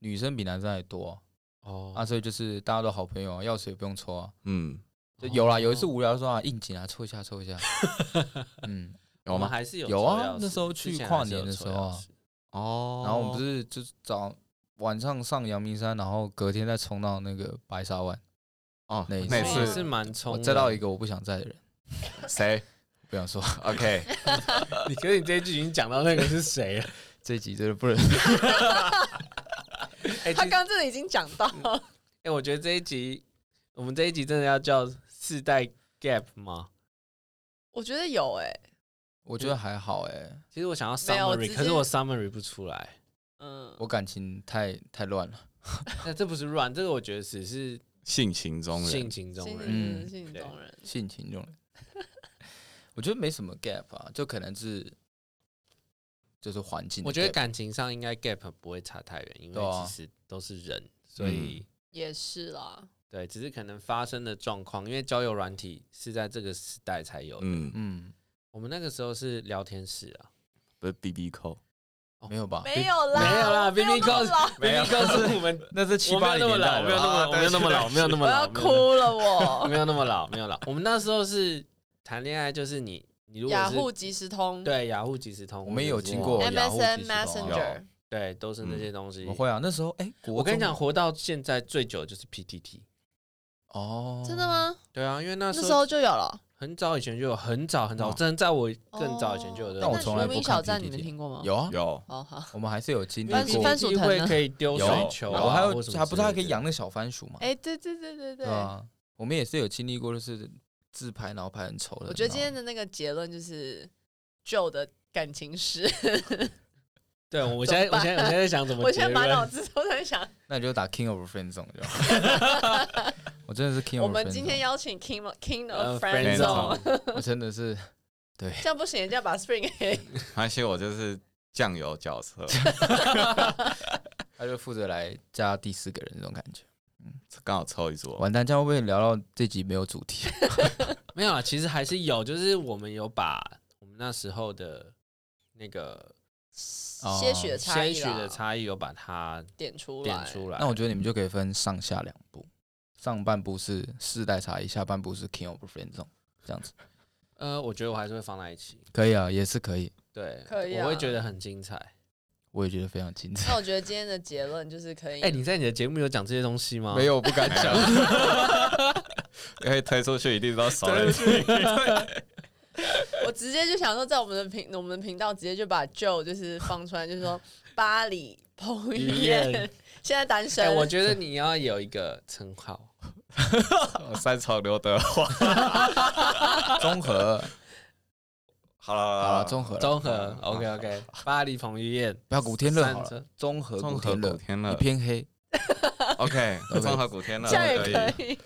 [SPEAKER 3] 女生比男生还多啊
[SPEAKER 2] 哦
[SPEAKER 3] 啊，所以就是大家都好朋友啊，钥匙也不用抽啊。
[SPEAKER 4] 嗯，
[SPEAKER 3] 就有啦，有一次无聊说啊，应景啊，抽一下，抽一 下。嗯，
[SPEAKER 4] 有
[SPEAKER 2] 我们
[SPEAKER 4] 吗？
[SPEAKER 2] 还是有
[SPEAKER 3] 有啊
[SPEAKER 2] 抽钥匙
[SPEAKER 3] 那时候去
[SPEAKER 2] 之前还是有
[SPEAKER 3] 跨年的时候
[SPEAKER 2] 抽
[SPEAKER 3] 啊
[SPEAKER 2] 钥匙
[SPEAKER 4] 哦，
[SPEAKER 3] 然后我们不是就是早晚上上阳明山，然后隔天再冲到那个白沙湾，
[SPEAKER 4] 哦
[SPEAKER 3] 那一
[SPEAKER 4] 那
[SPEAKER 2] 所以
[SPEAKER 4] 次
[SPEAKER 2] 是蛮冲
[SPEAKER 3] 我
[SPEAKER 2] 的。
[SPEAKER 3] 载到一个我不想载的人，
[SPEAKER 4] 哦谁
[SPEAKER 3] 不想说
[SPEAKER 4] ？OK，
[SPEAKER 2] 你可是你这一句已经讲到那个是谁了？
[SPEAKER 3] 这一集真的不能。
[SPEAKER 2] 哎、
[SPEAKER 5] 他
[SPEAKER 2] 其
[SPEAKER 5] 刚
[SPEAKER 2] 实
[SPEAKER 5] 刚真的已经讲到，
[SPEAKER 2] 哎，我觉得这一集我们这一集真的要叫世代 gap 吗？
[SPEAKER 5] 我觉得有哎、
[SPEAKER 3] 我觉得还好哎、
[SPEAKER 2] 其实我想要
[SPEAKER 5] 没有我直
[SPEAKER 2] summary，
[SPEAKER 5] 接
[SPEAKER 2] 可是我 summary 不出来。
[SPEAKER 5] 嗯，
[SPEAKER 3] 我感情太太乱了。
[SPEAKER 2] 那这不是乱，这个我觉得只是
[SPEAKER 4] 性情中人
[SPEAKER 2] 性，情中
[SPEAKER 5] 性
[SPEAKER 2] 人。
[SPEAKER 3] 嗯
[SPEAKER 5] 情性中人，
[SPEAKER 3] 性情中人， 我觉得没什么 gap 啊，就可能是就是环境的 gap。
[SPEAKER 2] 我觉得感情上应该 gap 不会差太远，因
[SPEAKER 3] 对啊嗯
[SPEAKER 2] 为其实都是人，所以、
[SPEAKER 5] 也是啦。
[SPEAKER 2] 对，只是可能发生的状况，因为交友软体是在这个时代才有的。
[SPEAKER 4] 嗯，
[SPEAKER 3] 嗯，
[SPEAKER 2] 我们那个时候是聊天室啊，
[SPEAKER 4] 不是 B B 扣，
[SPEAKER 3] 没有吧？
[SPEAKER 5] 没有啦，
[SPEAKER 2] 没有啦
[SPEAKER 5] 我没有
[SPEAKER 2] BB
[SPEAKER 5] 那么老
[SPEAKER 2] 没 有告诉我们，
[SPEAKER 3] 那是七
[SPEAKER 2] 我没
[SPEAKER 3] 八
[SPEAKER 2] 有
[SPEAKER 3] 零
[SPEAKER 2] 那么
[SPEAKER 3] 年
[SPEAKER 2] 老，
[SPEAKER 3] 代
[SPEAKER 2] 我没有
[SPEAKER 3] 了吧。
[SPEAKER 2] 那么，我没有那么老，我没有那
[SPEAKER 5] 我
[SPEAKER 2] 么老，我没
[SPEAKER 5] 要
[SPEAKER 2] 有那么
[SPEAKER 5] 哭了
[SPEAKER 2] 老，
[SPEAKER 5] 我。
[SPEAKER 2] 没有那么老，没有老。我们那时候是谈恋爱，就是你，你 如果
[SPEAKER 5] 雅
[SPEAKER 2] 是
[SPEAKER 5] 虎即时通，
[SPEAKER 2] 对雅虎即时通，
[SPEAKER 3] 我们也有经
[SPEAKER 2] 或
[SPEAKER 3] 过
[SPEAKER 2] 者是
[SPEAKER 3] 雅虎即时
[SPEAKER 5] MSN
[SPEAKER 3] 通啊
[SPEAKER 5] Messenger，
[SPEAKER 2] 对，都是那些东西
[SPEAKER 3] 我。会啊，那时候哎、国
[SPEAKER 2] 我跟你
[SPEAKER 3] 中
[SPEAKER 2] 讲，活到现在最久的就是 PTT。
[SPEAKER 3] 哦，
[SPEAKER 5] 真的？吗？
[SPEAKER 2] 对啊，因为那
[SPEAKER 5] 那
[SPEAKER 2] 时
[SPEAKER 5] 时
[SPEAKER 2] 候
[SPEAKER 5] 候就有了。
[SPEAKER 2] 很早以前就有，很早很早，
[SPEAKER 3] 哦
[SPEAKER 2] 真的在我更早以前就有这
[SPEAKER 3] 但
[SPEAKER 2] 种
[SPEAKER 3] 我
[SPEAKER 5] 哦那
[SPEAKER 3] 从来
[SPEAKER 5] 无
[SPEAKER 3] 不
[SPEAKER 5] 名
[SPEAKER 3] 看
[SPEAKER 5] 小站，
[SPEAKER 3] PTT
[SPEAKER 5] 你们听过吗？
[SPEAKER 3] 有啊，
[SPEAKER 4] 有
[SPEAKER 5] 哦，好。
[SPEAKER 3] 我们还是有经历
[SPEAKER 5] 番薯
[SPEAKER 3] 过。
[SPEAKER 5] 番薯藤呢
[SPEAKER 2] 会可以丢
[SPEAKER 3] 有
[SPEAKER 2] 水球啊，
[SPEAKER 3] 我还有
[SPEAKER 2] 或什么
[SPEAKER 3] 还不是还可以
[SPEAKER 2] 之类的
[SPEAKER 3] 养那个小番薯嘛？
[SPEAKER 5] 哎、对对对对对。
[SPEAKER 3] 对啊，我们也是有经历过，就是自拍然后拍很丑的。
[SPEAKER 5] 我觉得
[SPEAKER 3] 然后
[SPEAKER 5] 今天的那个结论就是旧的感情史，
[SPEAKER 2] 对，我现在我现在我现在在想怎么
[SPEAKER 5] 我现在
[SPEAKER 2] 结
[SPEAKER 5] 满
[SPEAKER 2] 论
[SPEAKER 5] 脑子都在想，
[SPEAKER 3] 那你就打 King of Friend Zone 就好。 我真的是 King
[SPEAKER 5] 我
[SPEAKER 3] of Friend Zone。
[SPEAKER 5] 们今天邀请 King of- King
[SPEAKER 2] 呃
[SPEAKER 5] of Friend Zone，
[SPEAKER 2] friendzone
[SPEAKER 3] 我真的是对
[SPEAKER 5] 这样不行，这样把 Spring 给
[SPEAKER 4] 而且我就是酱油角色，
[SPEAKER 3] 他就负责来加第四个人那种感觉。
[SPEAKER 4] 刚好凑一桌。
[SPEAKER 3] 完蛋，这样会不会聊到这集没有主题？
[SPEAKER 2] 没有啊，其实还是有，就是我们有把我们那时候的那个
[SPEAKER 3] 哦
[SPEAKER 5] 些许的差
[SPEAKER 2] 些
[SPEAKER 5] 异
[SPEAKER 2] 许
[SPEAKER 5] 啦
[SPEAKER 2] 的差异有把它
[SPEAKER 5] 点出
[SPEAKER 2] 点
[SPEAKER 5] 来，
[SPEAKER 2] 出来。
[SPEAKER 3] 那我觉得你们就可以分上下两部，上半部是世代差异，下半部是 King of Friend Zone，这样子
[SPEAKER 2] 呃，我觉得我还是会放在一起，
[SPEAKER 3] 可以啊，也是可以。
[SPEAKER 2] 对，
[SPEAKER 5] 可以啊
[SPEAKER 2] 我会觉得很精彩。
[SPEAKER 3] 我也觉得非常精彩。
[SPEAKER 5] 那我觉得今天的结论就是可以，啊
[SPEAKER 2] 哎，你在你的节目有讲这些东西吗？
[SPEAKER 3] 没，有，我不敢 讲。
[SPEAKER 4] 因为推出去一定都熟人听，
[SPEAKER 5] 我直接就想说，在我们的频我们的频道直接就把 Joe 就是放出来，就 是说巴黎彭于晏
[SPEAKER 2] 于晏
[SPEAKER 5] 现在单
[SPEAKER 2] 哎，
[SPEAKER 5] 身，
[SPEAKER 2] 我觉得你要有一个称号，
[SPEAKER 4] 三重刘德华。
[SPEAKER 3] 综合，
[SPEAKER 4] 好了
[SPEAKER 3] 好
[SPEAKER 4] 好
[SPEAKER 3] 了，
[SPEAKER 4] 了，
[SPEAKER 3] 综合了，
[SPEAKER 2] 综合。OK OK，巴黎彭于 晏，
[SPEAKER 3] 不要古天乐好
[SPEAKER 2] 三
[SPEAKER 3] 了，综合
[SPEAKER 4] 综
[SPEAKER 3] 古
[SPEAKER 4] 合
[SPEAKER 3] 天乐
[SPEAKER 4] 古，天乐
[SPEAKER 3] 你偏黑，
[SPEAKER 4] ，OK，
[SPEAKER 3] OK
[SPEAKER 4] 综合古天乐
[SPEAKER 5] 这样也
[SPEAKER 4] 可以。
[SPEAKER 5] 可以，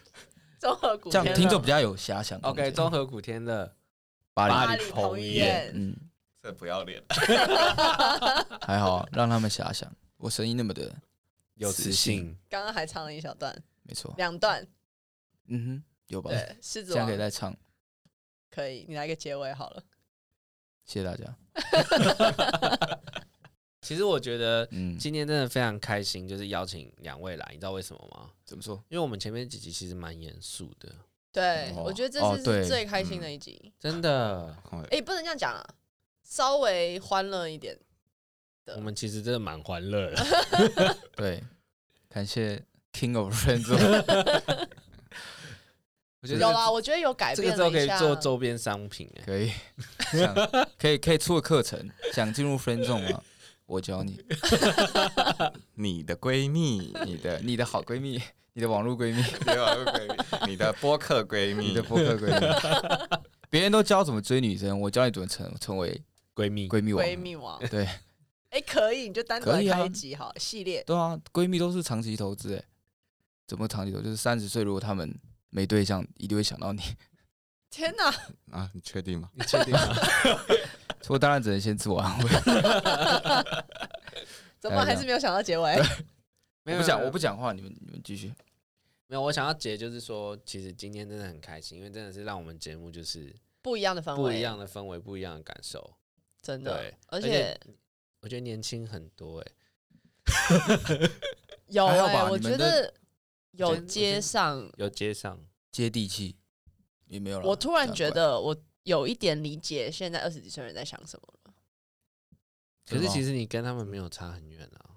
[SPEAKER 5] 综合古
[SPEAKER 3] 这样
[SPEAKER 5] 天乐
[SPEAKER 3] 听众比较有遐想空
[SPEAKER 2] OK，
[SPEAKER 3] 间。
[SPEAKER 2] 综合古天乐，
[SPEAKER 3] 巴
[SPEAKER 5] 巴
[SPEAKER 3] 黎，
[SPEAKER 5] 黎彭于
[SPEAKER 2] 巴黎
[SPEAKER 5] 晏，
[SPEAKER 3] 嗯，
[SPEAKER 4] 这不要 脸。
[SPEAKER 3] 还好啊让他们遐想，我声音那么的，
[SPEAKER 2] 有磁性，
[SPEAKER 5] 刚刚还唱了一小段，
[SPEAKER 3] 没错，
[SPEAKER 5] 两段，
[SPEAKER 3] 嗯哼，有吧？
[SPEAKER 5] 对，狮子
[SPEAKER 3] 现在
[SPEAKER 5] 王
[SPEAKER 3] 可以再唱，
[SPEAKER 5] 可以，你来个结尾好了。
[SPEAKER 3] 谢谢大家。
[SPEAKER 2] 其实我觉得
[SPEAKER 3] 嗯，
[SPEAKER 2] 今天真的非常开心，就是邀请两位来，你知道为什么吗？
[SPEAKER 3] 怎么说？
[SPEAKER 2] 因为我们前面几集其实蛮严肃的，
[SPEAKER 5] 对，
[SPEAKER 3] 哦
[SPEAKER 5] 我觉得这
[SPEAKER 3] 哦
[SPEAKER 5] 次
[SPEAKER 3] 对
[SPEAKER 5] 是最开心的一集。
[SPEAKER 2] 真 的，
[SPEAKER 4] 哦
[SPEAKER 5] 哎、不能这样讲啊，稍微欢乐一点。
[SPEAKER 2] 我们其实真的蛮欢乐的。
[SPEAKER 3] 对，感谢 King of Friends，
[SPEAKER 2] 我觉
[SPEAKER 5] 有
[SPEAKER 2] 得
[SPEAKER 5] 啦，我觉得有改
[SPEAKER 2] 这个
[SPEAKER 5] 变
[SPEAKER 2] 之后
[SPEAKER 5] 了
[SPEAKER 2] 可
[SPEAKER 5] 一
[SPEAKER 2] 以
[SPEAKER 5] 下。
[SPEAKER 2] 做周边商品哎，
[SPEAKER 3] 可以，想可以可以出个课程，想进入 Friend Zone 吗？我教你，
[SPEAKER 4] 你的闺蜜，
[SPEAKER 3] 你的你的好闺蜜，你的网络闺蜜，
[SPEAKER 4] 你的啊闺蜜，你的播客闺蜜，
[SPEAKER 3] 你的播客闺蜜，
[SPEAKER 2] 嗯
[SPEAKER 3] 别人都教怎么追女生，我教你怎么成成为
[SPEAKER 2] 闺蜜
[SPEAKER 3] 闺蜜网
[SPEAKER 5] 闺
[SPEAKER 3] 红。
[SPEAKER 5] 蜜王，
[SPEAKER 3] 对
[SPEAKER 5] 哎、可以，你就单独
[SPEAKER 3] 可
[SPEAKER 5] 来
[SPEAKER 3] 以啊
[SPEAKER 5] 开一集好了，系列。
[SPEAKER 3] 对啊，闺蜜都是长期投资哎、怎么长期投？就是三十岁，如果他们没对象，一定会想到你。
[SPEAKER 5] 天哪，
[SPEAKER 4] 啊，你确定吗？
[SPEAKER 2] 你确定吗？
[SPEAKER 3] 所以我当然只能先自我安慰。
[SPEAKER 5] 怎么还是没有想到结尾？
[SPEAKER 2] 没
[SPEAKER 3] 我
[SPEAKER 2] 有
[SPEAKER 3] 不讲，
[SPEAKER 2] 没有
[SPEAKER 3] 我不讲话，你们你们继续。
[SPEAKER 2] 没有，我想要结就是说，其实今天真的很开心，因为真的是让我们节目就是
[SPEAKER 5] 不一样的氛围，
[SPEAKER 2] 不一，样的氛围，不一样的感受。
[SPEAKER 5] 真的
[SPEAKER 2] 对。，
[SPEAKER 5] 而
[SPEAKER 2] 而
[SPEAKER 5] 且
[SPEAKER 2] 我觉得年轻很多哎，
[SPEAKER 5] 有
[SPEAKER 3] 还好
[SPEAKER 5] 哎、
[SPEAKER 3] 吧
[SPEAKER 5] 我
[SPEAKER 3] 你们
[SPEAKER 5] 觉
[SPEAKER 3] 的
[SPEAKER 5] 得有接上。
[SPEAKER 2] 有接上
[SPEAKER 3] 接地气，也没有啦
[SPEAKER 5] 我突然觉，
[SPEAKER 3] 讲
[SPEAKER 5] 得我有一点理解现在二十几岁人在想什么了。
[SPEAKER 2] 可是其
[SPEAKER 3] 实
[SPEAKER 2] 实你跟他们没有差很远啊，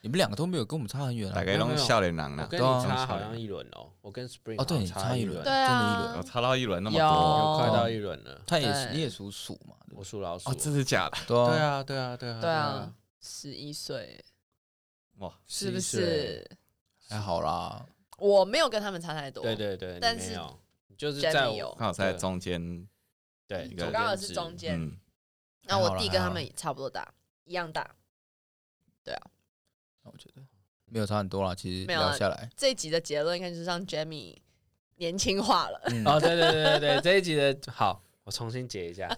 [SPEAKER 3] 你们两个都没有跟我们差很远啊
[SPEAKER 4] 大。概弄笑脸狼
[SPEAKER 2] 我
[SPEAKER 4] 了，
[SPEAKER 2] 跟
[SPEAKER 3] 对啊
[SPEAKER 2] 你差好像一轮哦，我跟 Spring
[SPEAKER 3] 哦，对，你
[SPEAKER 2] 好像差
[SPEAKER 3] 差一轮，
[SPEAKER 2] 轮，
[SPEAKER 5] 对哦啊
[SPEAKER 3] 真的一
[SPEAKER 4] 我
[SPEAKER 3] 轮。
[SPEAKER 4] 差到一轮那么
[SPEAKER 5] 有
[SPEAKER 4] 多，
[SPEAKER 2] 有快到一轮了，
[SPEAKER 3] 他也
[SPEAKER 5] 对
[SPEAKER 3] 是你也属鼠嘛？对不
[SPEAKER 2] 我属老鼠
[SPEAKER 4] 哦，，真的 假的？哦
[SPEAKER 3] 对
[SPEAKER 2] 对
[SPEAKER 3] 啊，
[SPEAKER 2] 啊，对啊，对啊，
[SPEAKER 5] 对啊，，十一岁
[SPEAKER 4] 哇，
[SPEAKER 5] 是不
[SPEAKER 2] 11岁？
[SPEAKER 5] 是？
[SPEAKER 3] 哎还好啦。
[SPEAKER 5] 我没有跟他们差太多，
[SPEAKER 2] 对对对，你
[SPEAKER 5] 啊但
[SPEAKER 2] 没
[SPEAKER 5] 是
[SPEAKER 2] 有你就是在
[SPEAKER 5] Jamie
[SPEAKER 2] 我
[SPEAKER 5] 有，
[SPEAKER 4] 刚好在中间，
[SPEAKER 2] 对，
[SPEAKER 4] 我
[SPEAKER 5] 我
[SPEAKER 2] 中
[SPEAKER 5] 刚好
[SPEAKER 2] 间
[SPEAKER 5] 是
[SPEAKER 2] 值
[SPEAKER 5] 中间，
[SPEAKER 4] 嗯，
[SPEAKER 5] 那我
[SPEAKER 3] 还好
[SPEAKER 5] 弟
[SPEAKER 3] 啦
[SPEAKER 5] 跟他们也差不多大，一样大。
[SPEAKER 3] 那我觉得没有差很多啦，其实
[SPEAKER 5] 没有啊
[SPEAKER 3] 聊下来，
[SPEAKER 5] 这一集的结论应该就是让 Jamie 年轻 化了。
[SPEAKER 3] 嗯，
[SPEAKER 2] 哦，对对对对对，这一集的好，我重新解一下。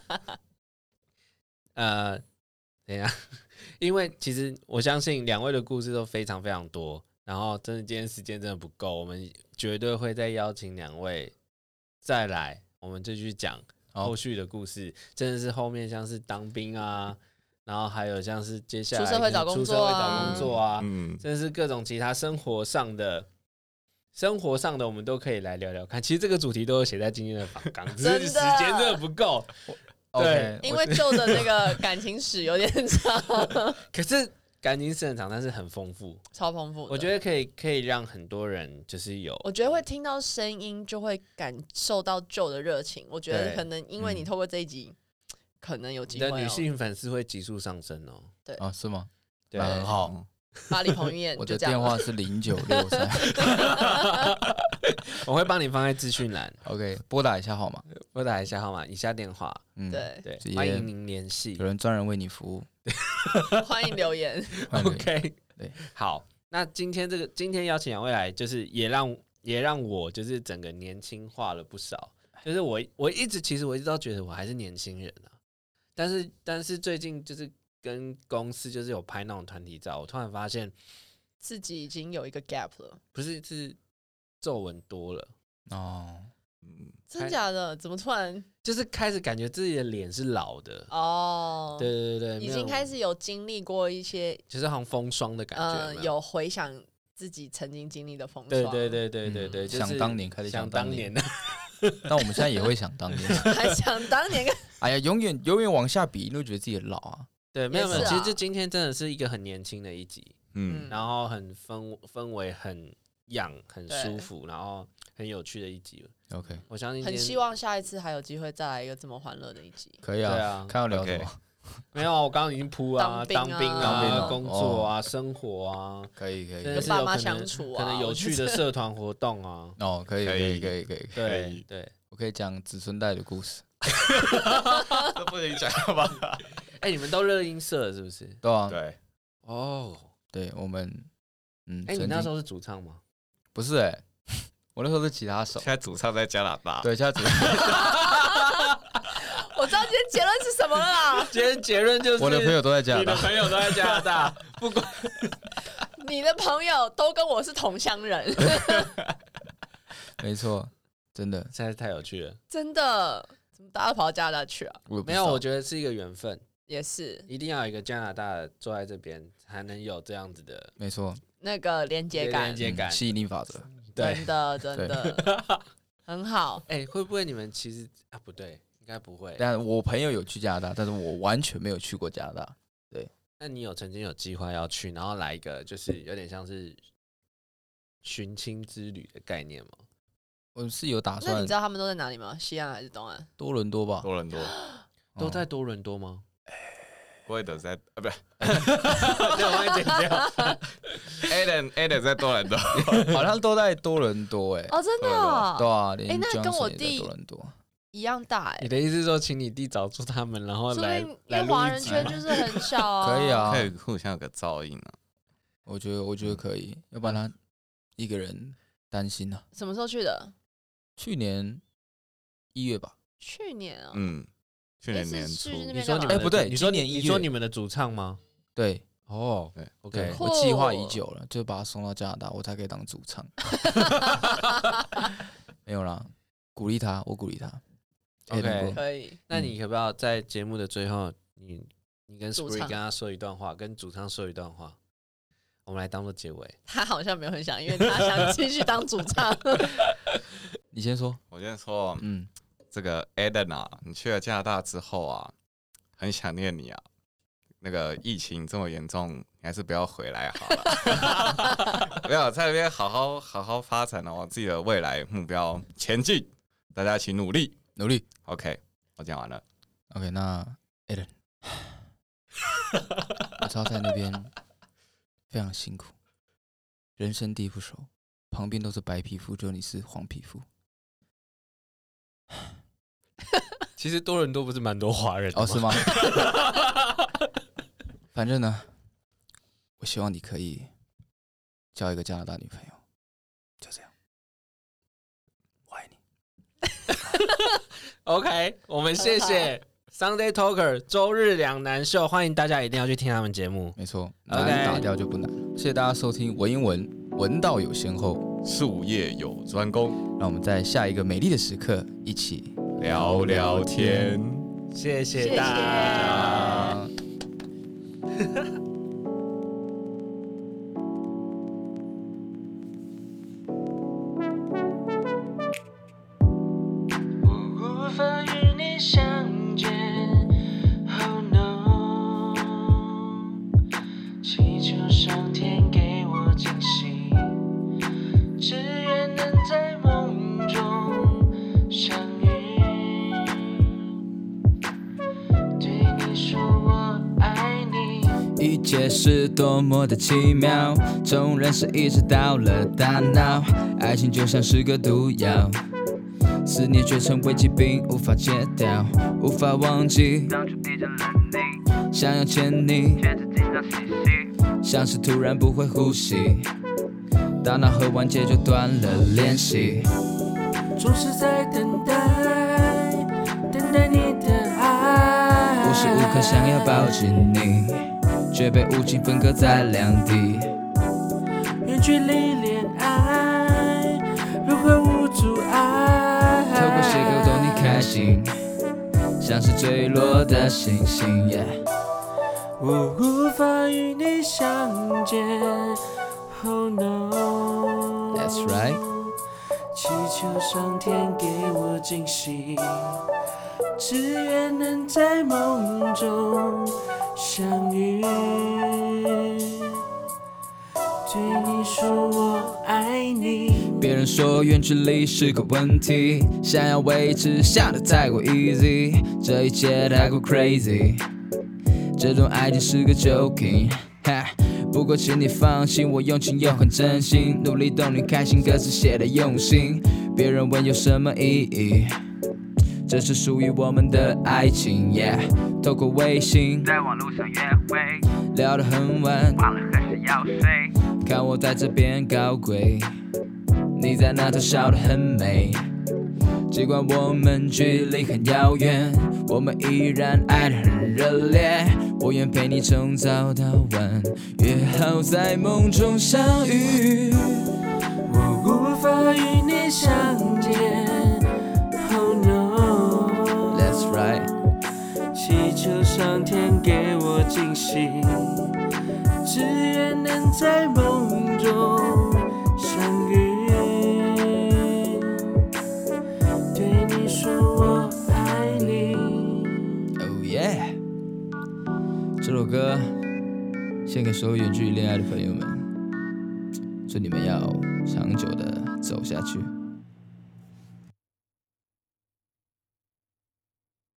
[SPEAKER 2] 呃，等一下，因为其实我相信两位的故事都非常非常多，然后真的今天时间真的不够，我们绝对会再邀请两位再来，我们继续讲
[SPEAKER 3] 好
[SPEAKER 2] 后续的故事，真的是后面像是当兵啊，然后还有像是接下来
[SPEAKER 5] 出社会找工作啊
[SPEAKER 2] 出社会找工作啊，
[SPEAKER 4] 嗯，
[SPEAKER 2] 真的是各种其他生活上的。生活上的我们都可以来聊聊看，其实这个主题都有写在今天的访纲，只
[SPEAKER 5] 真的
[SPEAKER 2] 是时间真的不够。
[SPEAKER 3] OK，
[SPEAKER 5] 因为旧的那个感情史有点长，
[SPEAKER 2] 可是感情是很长，但是很丰富，
[SPEAKER 5] 超丰富的。
[SPEAKER 2] 我觉得可以可以让很多人就是有
[SPEAKER 5] 我觉得会听到声音就会感受到旧的热情。我觉得
[SPEAKER 2] 对
[SPEAKER 5] 可能因为你
[SPEAKER 3] 嗯
[SPEAKER 5] 透过这一集，可能有机
[SPEAKER 2] 你
[SPEAKER 5] 会、
[SPEAKER 2] 的
[SPEAKER 5] 哦、
[SPEAKER 2] 女性粉丝会急速上升 哦。
[SPEAKER 3] 啊，是吗？
[SPEAKER 2] 对，
[SPEAKER 3] 那很好。
[SPEAKER 5] 巴黎彭于 晏
[SPEAKER 3] 我
[SPEAKER 5] 就
[SPEAKER 3] 的
[SPEAKER 5] 这样
[SPEAKER 3] 电
[SPEAKER 5] 了。
[SPEAKER 3] 话是零九六 三
[SPEAKER 2] 我会帮你放在资讯栏，
[SPEAKER 3] ，OK，拨打一下号码。
[SPEAKER 2] 拨打一下号码，以下电话，
[SPEAKER 3] 嗯，，
[SPEAKER 5] 对，
[SPEAKER 2] 对
[SPEAKER 3] 直，接
[SPEAKER 2] 欢迎您联系
[SPEAKER 3] 有。人专人为你服务。
[SPEAKER 5] 欢迎留言。
[SPEAKER 3] 欢迎
[SPEAKER 2] OK，
[SPEAKER 3] 对，
[SPEAKER 2] 好，那今天这个今天邀请两位来，就是也让也让我就是整个年轻化了不少。就是我我一直其实我一直都觉得我还是年轻人啊，但是但是最近就是跟公司就是有拍那种团体照，我突然发现
[SPEAKER 5] 自己已经有一个 gap 了，
[SPEAKER 2] 不是是皱纹多了，
[SPEAKER 3] 哦，
[SPEAKER 4] 嗯
[SPEAKER 5] 真假的？怎么突然
[SPEAKER 2] 就是开始感觉自己的脸是老的。
[SPEAKER 5] 哦？
[SPEAKER 2] 对，对对对，
[SPEAKER 5] 已
[SPEAKER 2] 没
[SPEAKER 5] 经
[SPEAKER 2] 有
[SPEAKER 5] 开始有经历过一些，
[SPEAKER 2] 就是好像风霜的感觉，
[SPEAKER 5] 呃，
[SPEAKER 2] 没
[SPEAKER 5] 有回想自己曾经经历的呃风
[SPEAKER 2] 对
[SPEAKER 5] 霜，
[SPEAKER 2] 对对对对
[SPEAKER 3] 嗯
[SPEAKER 2] 对，就是
[SPEAKER 3] 想当年开始
[SPEAKER 2] 想
[SPEAKER 3] 想当
[SPEAKER 2] 当
[SPEAKER 3] 年
[SPEAKER 2] 年的，
[SPEAKER 3] 那我们现在也会想当年。
[SPEAKER 5] 还想当年跟
[SPEAKER 3] 哎呀，永远永远往下比，你都觉得自己老啊。
[SPEAKER 2] 对，没有
[SPEAKER 5] 也
[SPEAKER 2] 没有，
[SPEAKER 5] 是啊
[SPEAKER 2] 其实就今天真的是一个很年轻的一集，
[SPEAKER 4] 嗯，
[SPEAKER 2] 然后很氛氛围很痒、很
[SPEAKER 5] 对
[SPEAKER 2] 舒服，然后很有趣的一集。
[SPEAKER 3] OK，
[SPEAKER 2] 我相信今
[SPEAKER 5] 很
[SPEAKER 2] 天
[SPEAKER 5] 希望下一次还有机会再来一个这么欢乐的一集。
[SPEAKER 3] 可以
[SPEAKER 2] 对啊，
[SPEAKER 3] 啊，看要聊什
[SPEAKER 4] OK
[SPEAKER 3] 么，
[SPEAKER 2] 没有啊，我刚刚已经铺啊，当
[SPEAKER 5] 当兵啊
[SPEAKER 2] 兵
[SPEAKER 3] 当兵
[SPEAKER 2] 啊，
[SPEAKER 3] 啊
[SPEAKER 2] 工作啊，生活啊，
[SPEAKER 3] 可以可
[SPEAKER 2] 真
[SPEAKER 3] 以可
[SPEAKER 2] 的
[SPEAKER 5] 跟
[SPEAKER 2] 是
[SPEAKER 3] 以。
[SPEAKER 5] 爸
[SPEAKER 2] 有可
[SPEAKER 5] 妈
[SPEAKER 2] 能
[SPEAKER 5] 相处啊
[SPEAKER 2] 可能有
[SPEAKER 5] 我
[SPEAKER 2] 趣
[SPEAKER 5] 觉
[SPEAKER 2] 的
[SPEAKER 5] 得
[SPEAKER 2] 社团活动啊，
[SPEAKER 3] 哦，可以可
[SPEAKER 4] 可
[SPEAKER 3] 以
[SPEAKER 4] 以
[SPEAKER 3] 可以可以，
[SPEAKER 4] 可
[SPEAKER 2] 对
[SPEAKER 4] 以
[SPEAKER 2] 对。
[SPEAKER 3] 我可以讲子孙代的故事。
[SPEAKER 4] 这不影响吧？
[SPEAKER 2] 哎，你们都热音社是不是？
[SPEAKER 3] 对啊，
[SPEAKER 4] 对，
[SPEAKER 2] 哦，
[SPEAKER 3] 对我们，嗯，
[SPEAKER 2] 哎，你
[SPEAKER 3] 曾
[SPEAKER 2] 那
[SPEAKER 3] 经
[SPEAKER 2] 时候是主唱吗？
[SPEAKER 3] 不是哎， 我那时候是吉他手
[SPEAKER 2] 啊
[SPEAKER 4] 现。在主唱在加拿大，
[SPEAKER 3] 对，现在只
[SPEAKER 5] 我知道今天结论是什怎么了啦？
[SPEAKER 2] 今天结论就是
[SPEAKER 3] 我的朋友都在加拿
[SPEAKER 2] 你的
[SPEAKER 3] 大，
[SPEAKER 2] 朋友都在加拿大，不管
[SPEAKER 5] 你的朋友都跟我是同乡 人，
[SPEAKER 3] 没错，真的，
[SPEAKER 2] 实在是太有趣了。
[SPEAKER 5] 真的？怎么大家都跑到加拿大去啊？
[SPEAKER 3] 我也 不
[SPEAKER 2] 没
[SPEAKER 3] 知道
[SPEAKER 2] 有，我觉得是一个缘分，
[SPEAKER 5] 也是
[SPEAKER 2] 一定要有一个加拿大的坐在这边，才能有这样子的
[SPEAKER 3] 没错，
[SPEAKER 5] 那个连接感
[SPEAKER 2] 连，接感
[SPEAKER 3] 嗯。吸引力法则，
[SPEAKER 2] 对
[SPEAKER 5] 真，的真的 很好。
[SPEAKER 2] 哎，会不会你们其实啊不对，应该不会。
[SPEAKER 3] 但我朋友有去加拿大，但是我完全没有去过加拿大。
[SPEAKER 2] 那你有曾经有计划要去，然后来一个就是有点像是寻亲之旅的概念吗？
[SPEAKER 3] 我是有打
[SPEAKER 5] 那你
[SPEAKER 3] 算
[SPEAKER 5] 知道他们都在哪里吗？西岸还是 东岸？
[SPEAKER 3] 多伦多吧，
[SPEAKER 4] 多伦多，
[SPEAKER 3] 嗯
[SPEAKER 2] 都在多伦多吗？
[SPEAKER 4] 郭一德在啊，不是
[SPEAKER 2] 对，我会剪掉。
[SPEAKER 4] Aden Aden 在多伦多，
[SPEAKER 3] 好像都在多伦多哎、
[SPEAKER 5] 哦，真的
[SPEAKER 3] 对
[SPEAKER 5] 哦
[SPEAKER 3] 啊，连
[SPEAKER 5] 那跟
[SPEAKER 3] Johnson
[SPEAKER 5] 我
[SPEAKER 3] 也
[SPEAKER 5] 弟
[SPEAKER 3] 在多伦多，
[SPEAKER 5] 一样大哎
[SPEAKER 2] 你，的意思是说，请你弟找出他们，然后
[SPEAKER 5] 说不
[SPEAKER 2] 来
[SPEAKER 5] 定因
[SPEAKER 2] 来
[SPEAKER 5] 为
[SPEAKER 2] 录
[SPEAKER 5] 华
[SPEAKER 2] 一
[SPEAKER 5] 人
[SPEAKER 2] 集
[SPEAKER 5] 圈就是很小啊。
[SPEAKER 3] 可以，啊
[SPEAKER 4] 可，以哎互相有个照应啊。
[SPEAKER 3] 我觉得我觉得可以，要不
[SPEAKER 2] 嗯
[SPEAKER 3] 然他一个人担心啊。
[SPEAKER 5] 什么时候去的？
[SPEAKER 3] 去年一月吧，
[SPEAKER 5] 去年啊，
[SPEAKER 4] 嗯，去年
[SPEAKER 5] 诶
[SPEAKER 4] 年
[SPEAKER 5] 是
[SPEAKER 4] 初
[SPEAKER 5] 去，那
[SPEAKER 2] 你
[SPEAKER 5] 边
[SPEAKER 2] 说
[SPEAKER 5] 干
[SPEAKER 2] 你们
[SPEAKER 5] 嘛
[SPEAKER 2] 的
[SPEAKER 3] 哎不对
[SPEAKER 2] 你说你
[SPEAKER 3] 今年一
[SPEAKER 2] 你
[SPEAKER 3] 月
[SPEAKER 2] 说你们的主唱吗？
[SPEAKER 3] 对
[SPEAKER 2] 哦
[SPEAKER 4] 对
[SPEAKER 3] 对
[SPEAKER 2] ，OK，
[SPEAKER 5] 酷
[SPEAKER 3] 我计划已久了，就把他送到加拿大，我才可以当主唱。没有啦，鼓励他，我鼓励他。
[SPEAKER 2] OK
[SPEAKER 3] 哎
[SPEAKER 5] 可以，
[SPEAKER 2] 那你可不要在节目的最后，你你跟
[SPEAKER 5] 主
[SPEAKER 2] Spring
[SPEAKER 5] 唱
[SPEAKER 2] 跟他说一段话，跟主唱说一段话，我们来当做结尾。
[SPEAKER 5] 他好像没有很想，因为他想继续当主唱。
[SPEAKER 3] 你先说，
[SPEAKER 4] 我先说
[SPEAKER 3] 嗯，
[SPEAKER 4] 这个 Aden 啊，你去了加拿大之后啊，很想念你啊。那个疫情这么严重，你还是不要回来好了。没有在那边好好好好发展哦，自己的未来目标前进，大家一起努力。
[SPEAKER 3] 努力。
[SPEAKER 4] OK，我讲完了。
[SPEAKER 3] OK，那 Alan，我知道在那边非常辛苦，人生地不熟，旁边都是白皮肤，只有你是黄皮肤。
[SPEAKER 2] 其实多伦多不是蛮多华人的
[SPEAKER 3] 哦，是？吗？反正呢，我希望你可以交一个加拿大女朋友，就这样。我爱你。
[SPEAKER 2] OK，我们谢谢 Sunday Talker 周日两难秀，欢迎大家一定要去听他们节目。
[SPEAKER 3] 没错，
[SPEAKER 2] OK
[SPEAKER 3] 难打掉就不难。谢谢大家收听文言文，文道有先后，
[SPEAKER 4] 术业有专攻，
[SPEAKER 3] 让我们在下一个美丽的时刻一起
[SPEAKER 4] 聊聊天。
[SPEAKER 2] 谢
[SPEAKER 5] 谢
[SPEAKER 2] 谢
[SPEAKER 5] 谢
[SPEAKER 2] 大家。
[SPEAKER 3] 啊。
[SPEAKER 6] 我无法与你相见，Oh no！祈求上天给我惊喜，只愿能在梦中相遇。对你说我爱你。
[SPEAKER 7] 一切是多么的奇妙，纵然是意识到了大脑，爱情就像是个毒药，思念却成为疾病，无法戒掉，无法忘记，想要牵你，像是突然不会呼吸，大脑和完结就断了联系。
[SPEAKER 6] 总是在等待，等待你的爱。
[SPEAKER 7] 无时无刻想要抱紧你，却被无情分割在两地。
[SPEAKER 6] 远距离恋爱，如何无阻碍？
[SPEAKER 7] 透过邂逅逗你开心，像是坠落的星星。Yeah
[SPEAKER 6] 我无法与你相见，Oh no。
[SPEAKER 7] That's right
[SPEAKER 6] 祈求上天给我惊喜，只愿能在梦中相遇。对你说我爱你。
[SPEAKER 7] 别人说远距离是个问题，想要维持下的太过 easy，这一切太过 crazy，这种爱情是个 joking。哈，不过请你放心，我用情又很真心，努力逗你开心，歌词写的用心，别人问有什么意义？这是属于我们的爱情，yeah。透过微信，在网络上约会，聊得很晚，忘了何时要睡。看我在这边搞鬼，你在那头笑得很美，
[SPEAKER 3] 尽管我们距离很遥远，我们依然爱得很热烈。我愿陪你从早到晚，约好在梦中相遇。
[SPEAKER 6] 我无法与你相见。Oh no！
[SPEAKER 3] That's right，
[SPEAKER 6] 祈求上天给我惊喜，只愿能在梦中相遇。对你说我爱你，
[SPEAKER 3] oh yeah。这首歌献给所有远距离恋爱的朋友们，祝你们要长久的走下去。